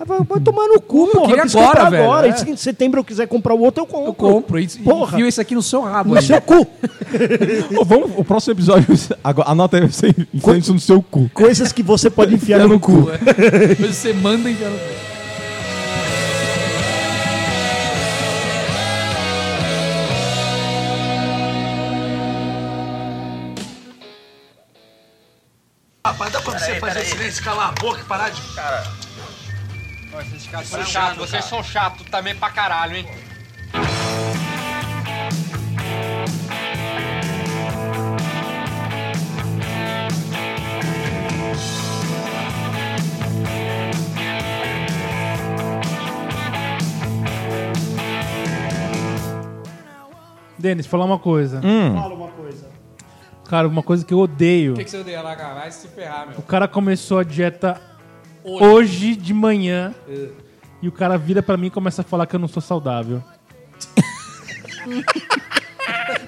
[SPEAKER 4] Ah, Vai, vai tomar no cu, porra.
[SPEAKER 3] queria
[SPEAKER 4] eu quis
[SPEAKER 3] agora,
[SPEAKER 4] comprar
[SPEAKER 3] velho,
[SPEAKER 4] agora.
[SPEAKER 3] é.
[SPEAKER 4] E se em setembro eu quiser comprar o outro, eu compro.
[SPEAKER 3] Eu compro. E, e
[SPEAKER 4] Porra.
[SPEAKER 3] enfio esse aqui no seu rabo.
[SPEAKER 4] No
[SPEAKER 3] ainda.
[SPEAKER 4] seu cu.
[SPEAKER 1] Ô, vamos, o próximo episódio, agora, anota aí, você enfia isso no seu cu.
[SPEAKER 4] Coisas que você pode enfiar
[SPEAKER 1] Enfiar
[SPEAKER 4] no,
[SPEAKER 1] no
[SPEAKER 4] cu.
[SPEAKER 3] É. Depois você manda e já...
[SPEAKER 7] Rapaz, dá pra você fazer silêncio, calar a boca e parar de. Cara. Vocês são chato, vocês são chato também pra caralho, hein?
[SPEAKER 2] Denis, falar uma coisa. Cara, uma coisa que eu odeio.
[SPEAKER 3] que você odeia lá, cara? Vai se ferrar, meu.
[SPEAKER 2] O cara começou a dieta hoje, É. de manhã. E o cara vira pra mim e começa a falar que eu não sou saudável.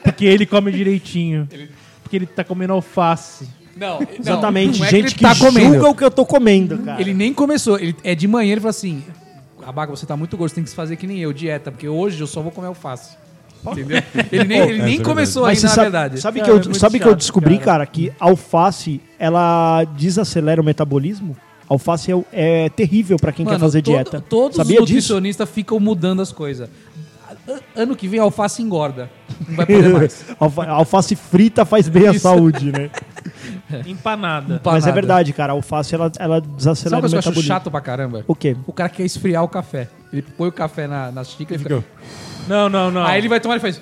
[SPEAKER 2] Porque ele come direitinho. Porque ele tá comendo alface.
[SPEAKER 3] Não, não,
[SPEAKER 4] Exatamente.
[SPEAKER 3] não é
[SPEAKER 4] Gente que,
[SPEAKER 3] ele tá comendo.
[SPEAKER 4] julga o que eu tô comendo, cara.
[SPEAKER 3] Ele nem começou. Ele, é de manhã, ele falou assim: Abaca, você tá muito gordo, você tem que fazer que nem eu, dieta, porque hoje eu só vou comer alface. Entendeu? Ele nem, ele nem começou
[SPEAKER 4] É Mas
[SPEAKER 3] ainda,
[SPEAKER 4] você
[SPEAKER 3] na
[SPEAKER 4] sabe,
[SPEAKER 3] verdade.
[SPEAKER 4] sabe
[SPEAKER 2] Cara,
[SPEAKER 4] que
[SPEAKER 2] é
[SPEAKER 4] eu,
[SPEAKER 2] muito
[SPEAKER 4] sabe que eu
[SPEAKER 2] chato,
[SPEAKER 4] descobri,
[SPEAKER 2] cara.
[SPEAKER 4] cara. que alface, ela desacelera o metabolismo? Alface é, é terrível pra quem quer fazer
[SPEAKER 3] todo-
[SPEAKER 4] dieta.
[SPEAKER 3] Todos
[SPEAKER 4] Sabia
[SPEAKER 3] os
[SPEAKER 4] disso?
[SPEAKER 3] nutricionistas ficam mudando as coisas. A- Ano que vem, a alface engorda. Não vai poder mais.
[SPEAKER 4] Alfa- alface frita faz bem à
[SPEAKER 3] Isso.
[SPEAKER 4] saúde, né?
[SPEAKER 2] Empanada.
[SPEAKER 4] Mas é
[SPEAKER 3] Panada.
[SPEAKER 4] verdade, cara. A alface, ela, ela
[SPEAKER 3] Sabe
[SPEAKER 4] desacelera
[SPEAKER 3] o que
[SPEAKER 4] o
[SPEAKER 3] eu acho
[SPEAKER 4] metabolismo.
[SPEAKER 3] chato pra caramba?
[SPEAKER 4] O quê?
[SPEAKER 3] O cara quer esfriar o café. Ele põe o café na, na xícara e fica...
[SPEAKER 2] Não, não, não.
[SPEAKER 3] Aí ele vai tomar e faz...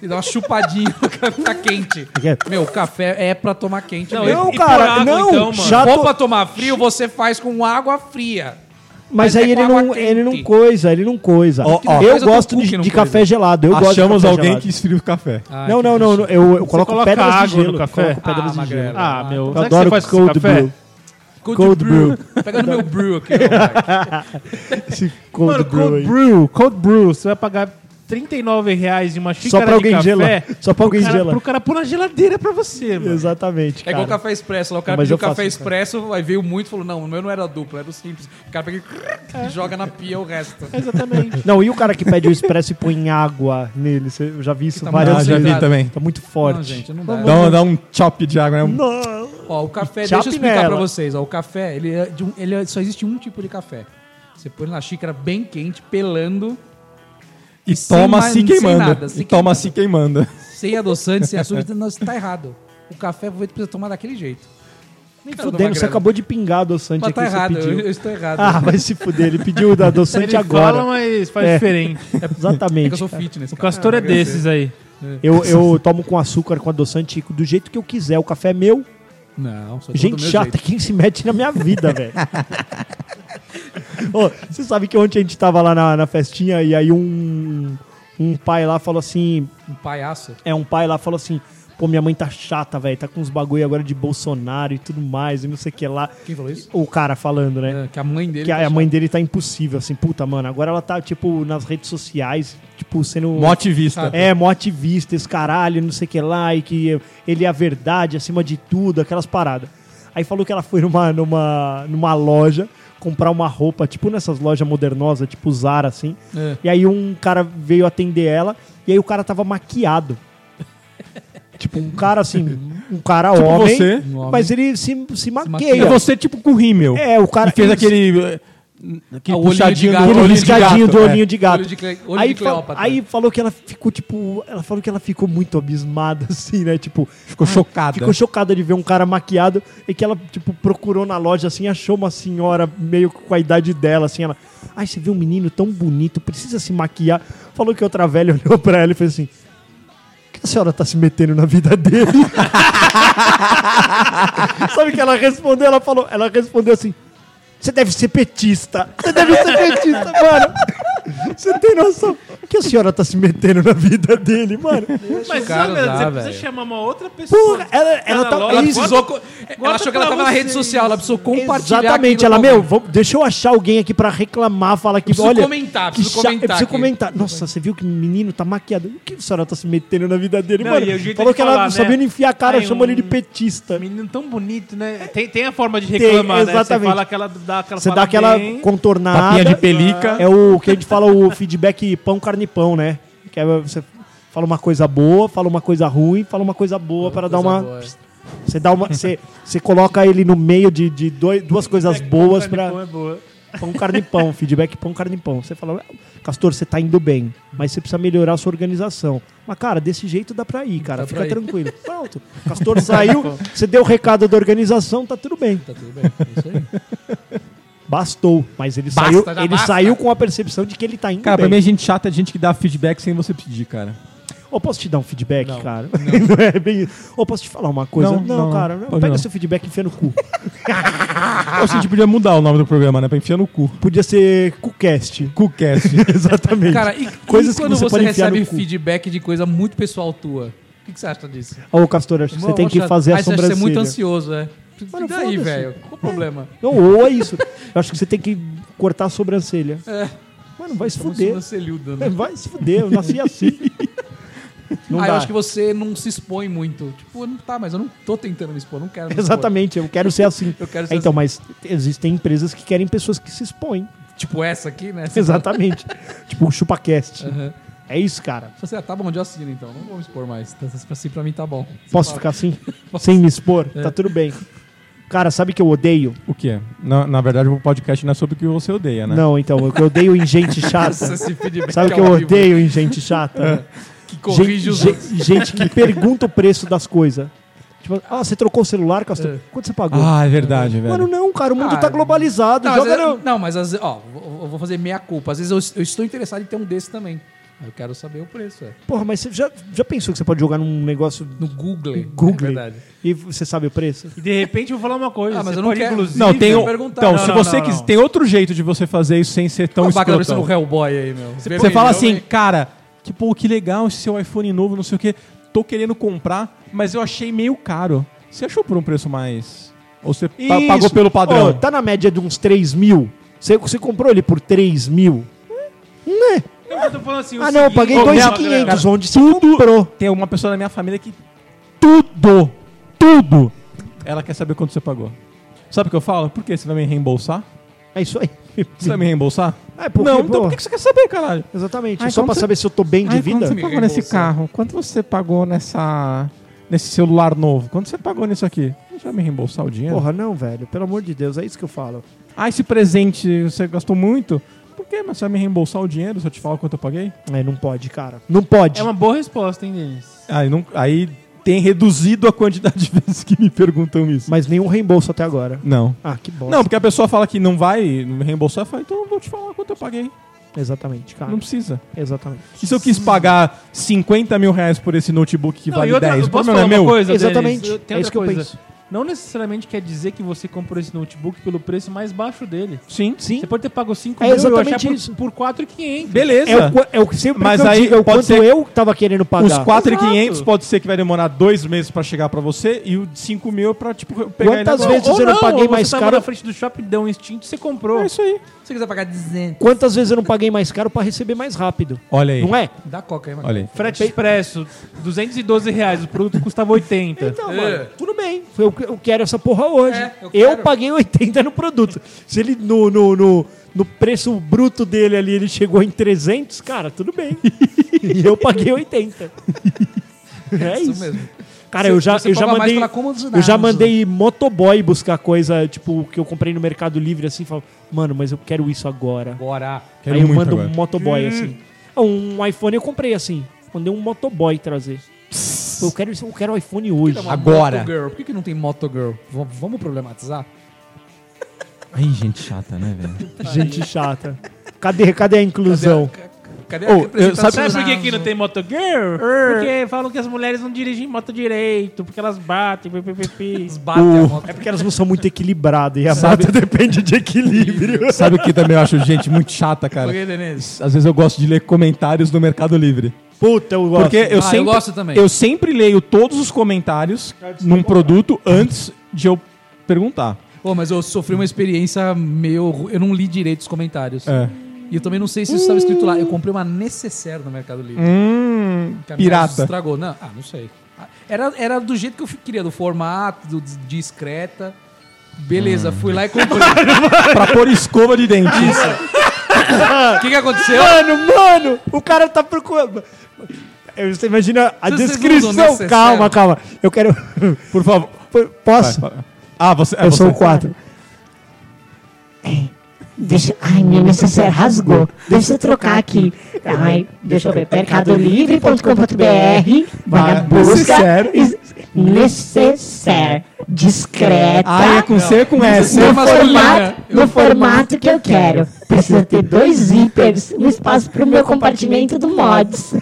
[SPEAKER 3] E dá uma chupadinha o café tá quente.
[SPEAKER 4] quê?
[SPEAKER 3] Meu, o café é pra tomar quente.
[SPEAKER 2] Não,
[SPEAKER 3] mesmo.
[SPEAKER 4] Não,
[SPEAKER 2] E- e por
[SPEAKER 4] cara,
[SPEAKER 2] água,
[SPEAKER 4] não.
[SPEAKER 2] então, mano?
[SPEAKER 4] chato,
[SPEAKER 3] Ou pra tomar frio, você faz com água fria.
[SPEAKER 4] mas
[SPEAKER 3] mas é
[SPEAKER 4] aí
[SPEAKER 3] com
[SPEAKER 4] ele
[SPEAKER 3] água
[SPEAKER 4] não,
[SPEAKER 3] quente.
[SPEAKER 4] ele não coisa, ele não coisa.
[SPEAKER 1] Ó, ó.
[SPEAKER 4] eu
[SPEAKER 3] Coisa do
[SPEAKER 4] gosto
[SPEAKER 3] cu
[SPEAKER 4] de,
[SPEAKER 3] que não
[SPEAKER 4] de
[SPEAKER 3] coisa.
[SPEAKER 4] café gelado. Eu gosto
[SPEAKER 1] Achamos
[SPEAKER 4] de café
[SPEAKER 1] alguém
[SPEAKER 4] gelado. Ah,
[SPEAKER 1] que esfria o café.
[SPEAKER 4] Não, não, não. não, Eu, eu coloco
[SPEAKER 2] coloca
[SPEAKER 4] pedras
[SPEAKER 2] água
[SPEAKER 4] de gelo.
[SPEAKER 2] no café?
[SPEAKER 4] Coloco pedras de
[SPEAKER 3] magrelo.
[SPEAKER 4] gelo.
[SPEAKER 2] Ah,
[SPEAKER 3] então.
[SPEAKER 2] meu.
[SPEAKER 4] Eu
[SPEAKER 2] Sabe
[SPEAKER 4] adoro
[SPEAKER 2] que você faz com
[SPEAKER 4] cold
[SPEAKER 2] café?
[SPEAKER 4] brew.
[SPEAKER 3] Cold,
[SPEAKER 4] Cold
[SPEAKER 3] brew. Pega no meu brew aqui. ó.
[SPEAKER 4] Esse cold
[SPEAKER 2] Mano,
[SPEAKER 4] brew
[SPEAKER 2] cold
[SPEAKER 4] aí.
[SPEAKER 2] brew. Cold brew. Você vai pagar R$ 39 reais em uma xícara
[SPEAKER 4] Só pra alguém
[SPEAKER 2] de café.
[SPEAKER 4] gelar. Só pra alguém
[SPEAKER 2] pro cara,
[SPEAKER 4] gelar.
[SPEAKER 2] Pro cara pôr na geladeira pra você, mano.
[SPEAKER 4] Exatamente,
[SPEAKER 3] É igual
[SPEAKER 4] cara.
[SPEAKER 3] café expresso. Lá o cara
[SPEAKER 4] Mas
[SPEAKER 3] pediu
[SPEAKER 4] eu faço
[SPEAKER 3] café
[SPEAKER 4] isso,
[SPEAKER 3] expresso, aí veio muito e falou: Não, o meu não era duplo, era o simples. O cara pega e joga na pia o resto.
[SPEAKER 2] Exatamente.
[SPEAKER 4] Não, e o cara que pede o expresso e põe água nele? Cê- Eu já vi isso
[SPEAKER 3] tá
[SPEAKER 1] Ah,
[SPEAKER 4] várias
[SPEAKER 3] muito
[SPEAKER 1] já
[SPEAKER 4] vezes.
[SPEAKER 1] vi
[SPEAKER 3] verdade.
[SPEAKER 1] também.
[SPEAKER 4] Tá muito
[SPEAKER 3] Não,
[SPEAKER 4] forte.
[SPEAKER 3] gente, não dá.
[SPEAKER 1] Dá, um- dá um chop de água, né? Um-
[SPEAKER 3] Ó, o café, deixa eu
[SPEAKER 4] Chape
[SPEAKER 3] explicar
[SPEAKER 4] nela.
[SPEAKER 3] pra vocês. Ó, o café, ele, é de um- ele é- só existe um tipo de café. Você põe na xícara bem quente, pelando,
[SPEAKER 1] E
[SPEAKER 3] Sem
[SPEAKER 1] toma
[SPEAKER 3] mais-
[SPEAKER 1] se
[SPEAKER 3] sem
[SPEAKER 1] queimando.
[SPEAKER 3] nada, se
[SPEAKER 1] e toma se queimando.
[SPEAKER 3] sem adoçante, sem açúcar. Então, Nossa, tá errado. O café você precisa tomar daquele jeito. Nem
[SPEAKER 4] Fudendo, é você acabou de pingar adoçante
[SPEAKER 3] Mas
[SPEAKER 4] aqui
[SPEAKER 3] tá
[SPEAKER 4] que você
[SPEAKER 3] errado, eu,
[SPEAKER 4] pediu.
[SPEAKER 3] eu estou errado. É
[SPEAKER 4] Ah, vai se fuder. Ele pediu o adoçante
[SPEAKER 2] Ele
[SPEAKER 4] agora.
[SPEAKER 2] fala, mas faz
[SPEAKER 4] É.
[SPEAKER 2] diferente.
[SPEAKER 3] É que eu
[SPEAKER 4] Exatamente.
[SPEAKER 3] sou fitness.
[SPEAKER 2] O
[SPEAKER 3] cara.
[SPEAKER 2] castor é desses aí.
[SPEAKER 4] Eu, eu tomo com açúcar, com adoçante, do jeito que eu quiser. O café é meu.
[SPEAKER 3] Não, só
[SPEAKER 4] Gente chata, quem se mete na minha vida, velho. Ô, Você sabe que ontem a gente tava lá na, na festinha e aí um, um pai lá falou assim...
[SPEAKER 3] Um palhaço.
[SPEAKER 4] É, um pai lá falou assim... Pô, minha mãe tá chata, velho. Tá com uns bagulho agora de Bolsonaro e tudo mais e não sei o que lá.
[SPEAKER 3] Quem falou isso?
[SPEAKER 4] O cara falando, né?
[SPEAKER 3] É, que a mãe dele.
[SPEAKER 4] Que
[SPEAKER 3] tá
[SPEAKER 4] a, a mãe dele tá impossível, assim, puta, mano. Agora ela tá, tipo, nas redes sociais, tipo, sendo.
[SPEAKER 1] Mó ativista.
[SPEAKER 4] É, mó ativista, esse caralho, não sei o que lá, e que ele é a verdade acima de tudo, aquelas paradas. Aí falou que ela foi numa, numa, numa loja comprar uma roupa, tipo nessas lojas modernosas, tipo Zara, assim.
[SPEAKER 3] É.
[SPEAKER 4] E aí um cara veio atender ela, e aí o cara tava maquiado. tipo, um cara assim, um cara
[SPEAKER 1] Tipo
[SPEAKER 4] Um homem,
[SPEAKER 1] você.
[SPEAKER 4] mas ele se, se maqueia.
[SPEAKER 1] E você, tipo, com rímel.
[SPEAKER 4] É, o cara
[SPEAKER 1] E fez
[SPEAKER 4] ele-
[SPEAKER 1] aquele... eh,
[SPEAKER 3] Ah,
[SPEAKER 1] Aquele
[SPEAKER 3] o olhinho de
[SPEAKER 1] puxadinho
[SPEAKER 3] gato.
[SPEAKER 1] do
[SPEAKER 4] Aquele
[SPEAKER 1] olhinho de
[SPEAKER 4] riscadinho
[SPEAKER 1] gato.
[SPEAKER 4] do
[SPEAKER 1] é.
[SPEAKER 4] olhinho de gato.
[SPEAKER 3] Olho de Cle- olho
[SPEAKER 4] aí,
[SPEAKER 3] de
[SPEAKER 4] fa-
[SPEAKER 3] Cleópatra.
[SPEAKER 4] aí falou que ela ficou, tipo. Ela falou que ela ficou muito abismada, assim, né? Tipo.
[SPEAKER 1] Ficou chocada.
[SPEAKER 4] Ficou chocada de ver um cara maquiado e que ela, tipo, procurou na loja, assim, achou uma senhora meio com a idade dela, assim. Ela. Ai, você vê um menino tão bonito, precisa se maquiar. Falou que outra velha olhou pra ela e fez assim. "Por que A senhora tá se metendo na vida dele. Sabe o que ela respondeu? Ela falou, ela respondeu assim: você deve ser petista. Você deve ser petista, mano. Você tem noção? que a senhora tá se metendo na vida dele, mano?
[SPEAKER 2] Mas
[SPEAKER 3] cara
[SPEAKER 2] sabe,
[SPEAKER 3] usar,
[SPEAKER 2] você precisa
[SPEAKER 3] velho.
[SPEAKER 2] chamar uma outra pessoa. É
[SPEAKER 4] Porra, ela, ela tá.
[SPEAKER 3] Ela
[SPEAKER 2] Ela
[SPEAKER 4] isso,
[SPEAKER 3] precisou. co- Ela
[SPEAKER 2] guarda
[SPEAKER 3] achou que ela
[SPEAKER 2] pra
[SPEAKER 3] tava na rede
[SPEAKER 2] vocês.
[SPEAKER 3] social, ela precisou compartilhar.
[SPEAKER 4] Exatamente,
[SPEAKER 3] aquilo
[SPEAKER 4] ela, é
[SPEAKER 3] com
[SPEAKER 4] meu,
[SPEAKER 3] alguém.
[SPEAKER 4] vou- deixa eu achar alguém aqui pra reclamar, falar que.
[SPEAKER 3] Preciso
[SPEAKER 4] olha,
[SPEAKER 3] comentar,
[SPEAKER 4] que
[SPEAKER 3] preciso
[SPEAKER 4] cha-
[SPEAKER 3] comentar
[SPEAKER 4] Preciso
[SPEAKER 3] aqui.
[SPEAKER 4] comentar. Nossa, você viu que o menino tá maquiado. O que a senhora tá se metendo na vida dele,
[SPEAKER 2] Não,
[SPEAKER 4] mano?
[SPEAKER 2] e é o jeito
[SPEAKER 4] Falou
[SPEAKER 2] de
[SPEAKER 4] que ela
[SPEAKER 2] falar,
[SPEAKER 4] não sabia
[SPEAKER 2] né?
[SPEAKER 4] nem enfiar a cara,
[SPEAKER 2] Ai,
[SPEAKER 4] chamou ele de
[SPEAKER 2] um-
[SPEAKER 4] petista.
[SPEAKER 2] Menino tão bonito, né? Tem, tem a forma de reclamar, né?
[SPEAKER 4] exatamente.
[SPEAKER 2] Você fala aquela, dá aquela
[SPEAKER 4] Você
[SPEAKER 2] fala
[SPEAKER 4] dá aquela
[SPEAKER 2] bem.
[SPEAKER 4] contornada.
[SPEAKER 1] Papinha de pelica.
[SPEAKER 4] É o que a gente fala, o feedback pão, carne e pão, né? Que é você fala uma coisa boa, fala uma coisa ruim, fala uma coisa boa para dar
[SPEAKER 3] coisa
[SPEAKER 4] uma.
[SPEAKER 3] boa, é.
[SPEAKER 4] Você dá uma. Você, você coloca ele no meio de, de dois- duas coisas boas para
[SPEAKER 2] Pô, é boa.
[SPEAKER 4] pão, carne e pão, feedback pão, carne e pão. Você fala, Castor, você tá indo bem, mas você precisa melhorar a sua organização. Mas, cara, desse jeito dá pra ir, cara.
[SPEAKER 3] Dá
[SPEAKER 4] Fica
[SPEAKER 3] pra ir.
[SPEAKER 4] tranquilo. Pronto. Castor saiu, você deu o recado da organização, tá tudo bem.
[SPEAKER 3] Tá tudo bem, é isso aí.
[SPEAKER 4] Bastou. Mas ele
[SPEAKER 3] Basta,
[SPEAKER 4] saiu,
[SPEAKER 3] já
[SPEAKER 4] ele
[SPEAKER 3] basta.
[SPEAKER 4] saiu com a percepção de que ele tá indo
[SPEAKER 1] Cara, pra mim,
[SPEAKER 4] bem.
[SPEAKER 1] a gente chata é gente que dá feedback sem você pedir, cara.
[SPEAKER 4] Ou posso te dar um feedback,
[SPEAKER 3] Não.
[SPEAKER 4] cara? Não. é bem... Ou posso te falar uma coisa? Não,
[SPEAKER 1] Não, não,
[SPEAKER 4] cara.
[SPEAKER 1] não.
[SPEAKER 4] não.
[SPEAKER 1] Pode
[SPEAKER 4] Pega
[SPEAKER 1] não.
[SPEAKER 4] seu feedback e enfia no cu.
[SPEAKER 1] Ou a gente podia mudar o nome do programa, né? Pra enfiar no cu.
[SPEAKER 4] Podia ser cucast.
[SPEAKER 1] Cucast.
[SPEAKER 4] Exatamente.
[SPEAKER 3] Cara, e,
[SPEAKER 4] Coisas
[SPEAKER 3] e quando
[SPEAKER 4] que você,
[SPEAKER 3] você,
[SPEAKER 4] pode enfiar
[SPEAKER 3] recebe
[SPEAKER 4] no cu.
[SPEAKER 3] feedback de coisa muito pessoal tua? O que, que você acha disso?
[SPEAKER 4] Ô, Castor, acho que você
[SPEAKER 3] Mó-
[SPEAKER 4] tem
[SPEAKER 3] mó
[SPEAKER 4] que
[SPEAKER 3] chato.
[SPEAKER 4] fazer
[SPEAKER 3] Aí
[SPEAKER 4] a
[SPEAKER 3] você acha que
[SPEAKER 4] sobrancelha.
[SPEAKER 3] Você é muito ansioso, é.
[SPEAKER 4] Mano,
[SPEAKER 3] e daí,
[SPEAKER 4] foda-se.
[SPEAKER 3] velho? Qual o problema?
[SPEAKER 4] Não, ou é isso. Eu acho que você tem que cortar a sobrancelha.
[SPEAKER 3] É.
[SPEAKER 4] Mano, vai se
[SPEAKER 3] Somos
[SPEAKER 4] fuder.
[SPEAKER 3] sobrancelhudo,
[SPEAKER 4] É,
[SPEAKER 3] né?
[SPEAKER 4] Vai se fuder, eu nasci assim. Não
[SPEAKER 3] ah,
[SPEAKER 4] dá.
[SPEAKER 3] eu acho que você não se expõe muito. Tipo, não tá, mas eu não tô tentando me expor, não quero. me expor.
[SPEAKER 4] Exatamente, eu quero ser assim.
[SPEAKER 3] Eu quero ser
[SPEAKER 4] então, mas existem empresas que querem pessoas que se expõem.
[SPEAKER 3] Tipo essa aqui, né? Você
[SPEAKER 4] Exatamente. tipo o ChupaCast.
[SPEAKER 3] tá- Aham.
[SPEAKER 4] É isso, cara.
[SPEAKER 3] Você, ah, tá bom, onde eu assino então. Não vou me expor mais. Tá, assim, pra mim tá bom.
[SPEAKER 4] Posso ficar assim? Sem me expor?
[SPEAKER 3] É.
[SPEAKER 4] Tá tudo bem. Cara, sabe o que eu odeio?
[SPEAKER 1] O quê? Na, na verdade, o podcast não é sobre o que você odeia, né?
[SPEAKER 4] Não, então, o que eu odeio em gente
[SPEAKER 3] Nossa,
[SPEAKER 4] chata.
[SPEAKER 3] esse feedback
[SPEAKER 4] Sabe o que
[SPEAKER 3] ao
[SPEAKER 4] eu
[SPEAKER 3] vivo,
[SPEAKER 4] odeio em gente
[SPEAKER 3] É.
[SPEAKER 4] chata?
[SPEAKER 3] Que corrige
[SPEAKER 4] gente,
[SPEAKER 3] os outros.
[SPEAKER 4] ge- gente que pergunta o preço das coisas. Tipo, ah, você trocou o celular, Castor?
[SPEAKER 3] É.
[SPEAKER 4] Quanto você pagou?
[SPEAKER 1] Ah, é verdade, velho.
[SPEAKER 4] Mano, não, cara, o mundo
[SPEAKER 3] Ah,
[SPEAKER 4] tá globalizado.
[SPEAKER 3] Não,
[SPEAKER 4] joga
[SPEAKER 3] às
[SPEAKER 4] no-
[SPEAKER 3] vezes, não, mas é- às vezes, ó, eu eu vou fazer meia culpa. Às vezes eu, eu estou interessado em ter um desse também. Aí Eu quero saber o preço, é.
[SPEAKER 4] Porra, mas você já, já pensou que você pode jogar num negócio
[SPEAKER 3] No Google.
[SPEAKER 4] Google
[SPEAKER 3] É verdade.
[SPEAKER 4] e você sabe o preço?
[SPEAKER 2] E de repente eu vou falar uma coisa.
[SPEAKER 3] Ah, mas
[SPEAKER 2] você
[SPEAKER 3] eu não
[SPEAKER 2] pode,
[SPEAKER 3] quero-
[SPEAKER 2] inclusive,
[SPEAKER 1] Não, tem
[SPEAKER 3] eu
[SPEAKER 4] um-
[SPEAKER 1] o-
[SPEAKER 3] ia perguntar.
[SPEAKER 1] Então,
[SPEAKER 2] Não,
[SPEAKER 1] se
[SPEAKER 2] não,
[SPEAKER 1] você
[SPEAKER 2] não,
[SPEAKER 1] quis,
[SPEAKER 2] não.
[SPEAKER 1] tem outro jeito de você fazer isso sem ser tão
[SPEAKER 3] Então, Baca tá
[SPEAKER 1] escrotão.
[SPEAKER 3] parecendo o Hellboy aí, meu.
[SPEAKER 1] Você fala assim, cara, que pô, que legal esse seu iPhone novo, não sei o quê. Tô querendo comprar, mas eu achei meio caro. Você achou por um preço mais... Ou você pa-
[SPEAKER 4] Isso.
[SPEAKER 1] pagou pelo padrão?
[SPEAKER 4] Ó, tá na média de uns 3 mil. Você, você comprou ele por 3 mil? Não é.
[SPEAKER 2] Não, eu tô falando assim, o
[SPEAKER 4] Ah, não, eu paguei
[SPEAKER 2] seguinte-
[SPEAKER 1] Ô, minha-
[SPEAKER 4] 2,500 onde você comprou.
[SPEAKER 1] Tem uma pessoa da minha família que tudo, tudo, ela quer saber quanto você pagou. Sabe o que eu falo? Por que Você vai me reembolsar?
[SPEAKER 4] É isso aí.
[SPEAKER 1] Você vai me reembolsar?
[SPEAKER 4] É, porque,
[SPEAKER 1] não,
[SPEAKER 4] pô,
[SPEAKER 1] então por que que você quer saber, caralho?
[SPEAKER 4] Exatamente.
[SPEAKER 1] Ai,
[SPEAKER 4] Só
[SPEAKER 1] como
[SPEAKER 4] pra
[SPEAKER 1] você-
[SPEAKER 4] saber se eu tô bem de vida.
[SPEAKER 3] você- pagou nesse carro?
[SPEAKER 1] Quanto você pagou nessa nesse celular novo? Quanto você pagou nisso aqui? Você vai me reembolsar o dinheiro?
[SPEAKER 4] Porra, não, velho. Pelo amor de Deus, é isso que eu falo.
[SPEAKER 1] Ah, esse presente você gastou muito? Por quê? Mas você vai me reembolsar o dinheiro se eu te falar quanto eu paguei?
[SPEAKER 4] É, não pode, cara. Não pode.
[SPEAKER 2] É uma boa resposta, hein, Denis?
[SPEAKER 1] Aí, não- aí tem reduzido a quantidade de vezes que me perguntam isso.
[SPEAKER 4] Mas nenhum reembolso até agora.
[SPEAKER 1] Não.
[SPEAKER 4] Ah, que bosta.
[SPEAKER 1] Não, porque a pessoa fala que não vai me reembolsar, eu falo, então eu vou te falar quanto eu paguei.
[SPEAKER 4] Exatamente, cara.
[SPEAKER 1] Não precisa.
[SPEAKER 4] Exatamente.
[SPEAKER 1] E se eu quis pagar 50 mil reais por esse notebook que
[SPEAKER 2] Não,
[SPEAKER 1] vale
[SPEAKER 2] e outra-
[SPEAKER 1] 10?
[SPEAKER 2] eu
[SPEAKER 1] O
[SPEAKER 2] posso
[SPEAKER 1] problema
[SPEAKER 2] falar
[SPEAKER 1] não é
[SPEAKER 2] uma
[SPEAKER 1] meu?
[SPEAKER 2] coisa, Denis?
[SPEAKER 4] Exatamente.
[SPEAKER 2] Eu- tem
[SPEAKER 4] É
[SPEAKER 2] outra
[SPEAKER 4] isso que eu
[SPEAKER 2] coisa.
[SPEAKER 4] penso.
[SPEAKER 2] Não necessariamente quer dizer que você comprou esse notebook pelo preço mais baixo dele.
[SPEAKER 1] Sim.
[SPEAKER 4] Sim.
[SPEAKER 2] Você pode ter pago 5
[SPEAKER 4] É
[SPEAKER 2] mil e eu
[SPEAKER 4] exatamente
[SPEAKER 2] achar por,
[SPEAKER 4] isso.
[SPEAKER 2] por 4,500.
[SPEAKER 1] Beleza.
[SPEAKER 4] É o, qua- é o que sempre
[SPEAKER 1] Mas
[SPEAKER 4] que eu
[SPEAKER 1] aí
[SPEAKER 4] digo, é o
[SPEAKER 1] pode
[SPEAKER 4] quanto
[SPEAKER 1] ser-
[SPEAKER 4] eu tava querendo pagar.
[SPEAKER 1] Os 4,500
[SPEAKER 2] Exato.
[SPEAKER 1] pode ser que vai demorar dois meses pra chegar pra você e o de 5 mil é pra, tipo, pegar
[SPEAKER 4] Quantas
[SPEAKER 1] ele
[SPEAKER 4] vezes
[SPEAKER 1] agora.
[SPEAKER 4] eu não paguei
[SPEAKER 2] ou você
[SPEAKER 4] mais
[SPEAKER 2] tava
[SPEAKER 4] caro-
[SPEAKER 2] na frente do shopping, deu um instinto, você comprou.
[SPEAKER 1] É isso aí.
[SPEAKER 3] Se você quiser pagar 200,
[SPEAKER 4] Quantas vezes eu não paguei mais caro pra receber mais rápido?
[SPEAKER 1] Olha aí.
[SPEAKER 4] Não é?
[SPEAKER 3] dá coca aí, mano.
[SPEAKER 1] Olha aí.
[SPEAKER 2] Frete expresso, 212 reais. O produto custava 80.
[SPEAKER 4] Então,
[SPEAKER 3] É.
[SPEAKER 4] mano, tudo bem. Eu, eu quero essa porra hoje.
[SPEAKER 3] É, eu
[SPEAKER 4] eu
[SPEAKER 3] quero.
[SPEAKER 4] paguei 80 no produto. Se ele, no, no, no, no preço bruto dele ali, ele chegou em 300, cara, tudo bem. e eu paguei 80. é isso.
[SPEAKER 3] Isso mesmo.
[SPEAKER 4] Cara, eu
[SPEAKER 3] Você-
[SPEAKER 4] já,
[SPEAKER 3] você
[SPEAKER 4] eu já
[SPEAKER 3] paga mais
[SPEAKER 4] mandei.
[SPEAKER 3] pela comodidade, né?
[SPEAKER 4] Eu já mandei motoboy buscar coisa, tipo, que eu comprei no Mercado Livre, assim, falo, mano, mas eu quero isso agora.
[SPEAKER 3] Bora.
[SPEAKER 1] Quero
[SPEAKER 4] Aí eu
[SPEAKER 1] muito
[SPEAKER 4] mando
[SPEAKER 1] agora.
[SPEAKER 4] um
[SPEAKER 3] Hum.
[SPEAKER 4] motoboy assim. Ah, Um iPhone eu comprei assim. Mandei um motoboy trazer. Eu quero, isso- eu quero o iPhone hoje.
[SPEAKER 3] Então,
[SPEAKER 1] Agora.
[SPEAKER 3] Motogirl. Por que, que não tem Motogirl? V- vamos problematizar?
[SPEAKER 1] Ai, gente chata, né, velho?
[SPEAKER 4] Gente chata. Cadê, cadê a inclusão?
[SPEAKER 3] Cadê a- Cadê
[SPEAKER 2] Ou,
[SPEAKER 3] a representação?
[SPEAKER 2] sabe por que, que não tem motogirl?
[SPEAKER 4] Er.
[SPEAKER 2] Porque falam que as mulheres não dirigem moto direito, porque elas batem, pi, pi, pi, pi.
[SPEAKER 3] Bate a moto.
[SPEAKER 4] É porque elas não são muito equilibradas e a
[SPEAKER 1] Sabe-
[SPEAKER 4] moto depende de equilíbrio.
[SPEAKER 1] Sabe o que também eu acho, gente, muito chata, cara?
[SPEAKER 3] Por que, Denise?
[SPEAKER 1] Às vezes eu gosto de ler comentários do Mercado Livre.
[SPEAKER 4] Puta, eu gosto.
[SPEAKER 1] Porque eu,
[SPEAKER 3] Ah, eu
[SPEAKER 1] sempre,
[SPEAKER 3] gosto também.
[SPEAKER 1] eu sempre leio todos os comentários num produto antes de eu perguntar.
[SPEAKER 3] Pô, mas eu sofri uma experiência meio... ru- Eu não li direito os comentários.
[SPEAKER 1] É.
[SPEAKER 3] E eu também não sei se isso estava escrito lá. Eu comprei uma necessaire no Mercado Livre.
[SPEAKER 1] Hum,
[SPEAKER 3] Que a minha
[SPEAKER 1] pirata.
[SPEAKER 3] Estragou. Não, ah, não sei. Era, era do jeito que eu queria, do formato, do dis- discreta. Hum, Beleza, fui lá e comprei.
[SPEAKER 1] pra pôr escova de dente.
[SPEAKER 3] O que, que aconteceu?
[SPEAKER 4] Mano, mano, o cara tá procurando. Eu- Você imagina a
[SPEAKER 3] Vocês não usam
[SPEAKER 4] descrição.
[SPEAKER 3] necessário.
[SPEAKER 4] Calma, calma. Eu quero.
[SPEAKER 1] Por favor.
[SPEAKER 4] P- Posso?
[SPEAKER 1] Vai, vai. Ah, você. é
[SPEAKER 4] eu sou
[SPEAKER 1] você.
[SPEAKER 4] o 4.
[SPEAKER 8] Deixa, ai, minha necessaire rasgou. Deixa eu trocar aqui. Ai, deixa eu ver. Mercadolivre.com.br. Vai
[SPEAKER 1] Ah,
[SPEAKER 8] na busca.
[SPEAKER 1] necessaire.
[SPEAKER 8] is- Necessaire. Discreta.
[SPEAKER 1] Ah, é com C ou com S?
[SPEAKER 3] Não,
[SPEAKER 8] no,
[SPEAKER 3] mas olha,
[SPEAKER 8] formato,
[SPEAKER 3] eu-
[SPEAKER 8] no formato que eu quero. Precisa ter dois zíperes, um espaço para o meu compartimento do mods.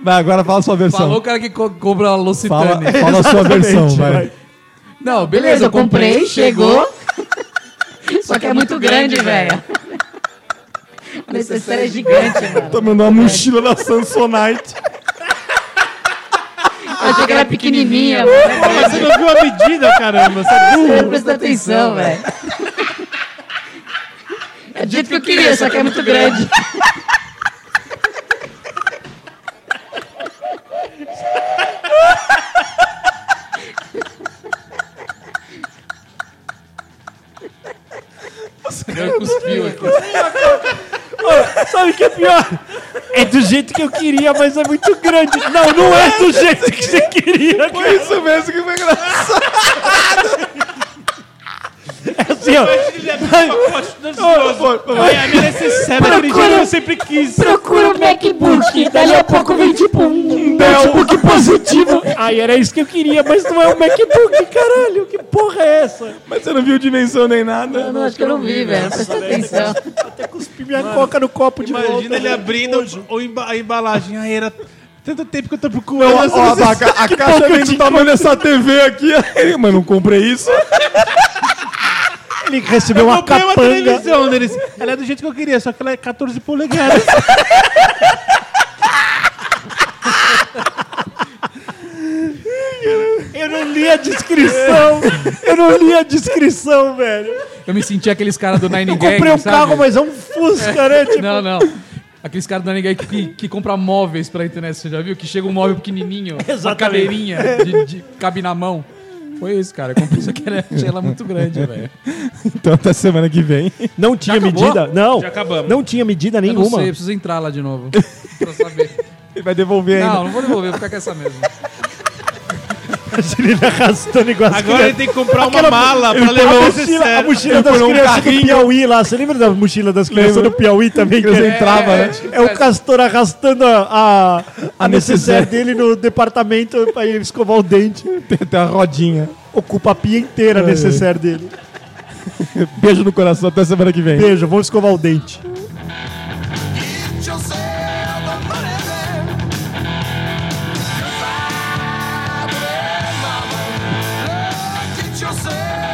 [SPEAKER 1] Vai, agora fala a sua versão.
[SPEAKER 3] Falou o cara que co compra a
[SPEAKER 1] fala,
[SPEAKER 3] L'Occitane.
[SPEAKER 1] fala a sua versão, vai.
[SPEAKER 3] Não, beleza, eu comprei, chegou. Só que é muito grande, velho.
[SPEAKER 8] A necessaire é gigante, mano.
[SPEAKER 1] Tá mandando uma mochila da Samsonite.
[SPEAKER 8] Achei que era pequenininha,
[SPEAKER 2] Você não viu a medida, caramba? Você é burro.
[SPEAKER 8] Não presta atenção, velho. É do jeito que eu queria, só que é muito grande.
[SPEAKER 3] Eu cuspiu aqui.
[SPEAKER 4] Sabe o que é pior? É do jeito que eu queria, mas é muito grande. Não, não é do jeito que você queria. Foi isso mesmo que foi engraçado. É assim, ó.
[SPEAKER 2] É, a minha necessaire daquele jeito que eu sempre quis.
[SPEAKER 8] Procura o MacBook, dali a pouco vem tipo um notebook positivo.
[SPEAKER 4] Ai, era isso que eu queria, mas não é um MacBook, caralho. Que porra é essa?
[SPEAKER 1] Mas você não viu dimensão nem nada.
[SPEAKER 8] Eu não acho que eu não vi, velho. Presta atenção.
[SPEAKER 4] Cuspi minha coca no copo de volta. né?
[SPEAKER 2] Imagina ele Tá abrindo o emba- a embalagem. Ah, era tanto tempo que eu tô procurando.
[SPEAKER 1] Ó,
[SPEAKER 2] essa
[SPEAKER 1] ó, a,
[SPEAKER 2] necessaire.
[SPEAKER 1] vaca- a caixa vem do tamanho dessa TV aqui. Ele, Mas não comprei isso.
[SPEAKER 4] Ele recebeu
[SPEAKER 2] Eu
[SPEAKER 4] uma
[SPEAKER 2] comprei uma
[SPEAKER 4] capanga.
[SPEAKER 2] televisão deles. Ela é do jeito que eu queria, só que ela é 14 polegadas.
[SPEAKER 4] Eu não li a descrição. Eu não li a descrição, velho.
[SPEAKER 3] Eu me senti aqueles caras do Nine
[SPEAKER 4] Eu
[SPEAKER 3] Gang,
[SPEAKER 4] comprei um
[SPEAKER 3] sabe?
[SPEAKER 4] carro, mas é um Fusca, né? Tipo,
[SPEAKER 3] Não, não. Aqueles caras do Nine Gang que, que compra móveis pra internet, você já viu? Que chega um móvel pequenininho, uma cadeirinha, de, de- cabe na mão. Foi isso, cara. Eu comprei isso aqui, era- achei ela muito grande, velho.
[SPEAKER 1] Então até semana que vem.
[SPEAKER 4] não tinha
[SPEAKER 3] acabou?
[SPEAKER 4] medida. Não.
[SPEAKER 2] Já acabamos.
[SPEAKER 4] Não tinha medida
[SPEAKER 3] Eu não
[SPEAKER 4] nenhuma.
[SPEAKER 3] sei, eu preciso entrar lá de novo. Pra saber.
[SPEAKER 1] Ele vai devolver ainda.
[SPEAKER 3] Não, não vou devolver, vou ficar com essa mesmo.
[SPEAKER 4] Ele arrastando igual as
[SPEAKER 2] Agora ele tem que comprar uma
[SPEAKER 4] Aquela-
[SPEAKER 2] mala pra
[SPEAKER 4] A
[SPEAKER 2] levar o
[SPEAKER 4] mochila, a
[SPEAKER 2] necessaire.
[SPEAKER 4] mochila das
[SPEAKER 1] põe num
[SPEAKER 4] crianças
[SPEAKER 1] um carrinho.
[SPEAKER 4] do Piauí lá. Você lembra da mochila das crianças
[SPEAKER 1] Lembro.
[SPEAKER 4] do Piauí também? Que é,
[SPEAKER 1] entrava, né?
[SPEAKER 4] é o castor arrastando a, a, a
[SPEAKER 1] A necessaire.
[SPEAKER 4] necessaire dele no departamento pra ele escovar o dente.
[SPEAKER 1] Tem até uma rodinha.
[SPEAKER 4] Ocupa a pia inteira a necessaire dele.
[SPEAKER 1] Beijo no coração. Até semana que vem.
[SPEAKER 4] Beijo, vamos escovar o dente.
[SPEAKER 7] Get yourself a money man. Goodbye, baby mama. Love, get yourself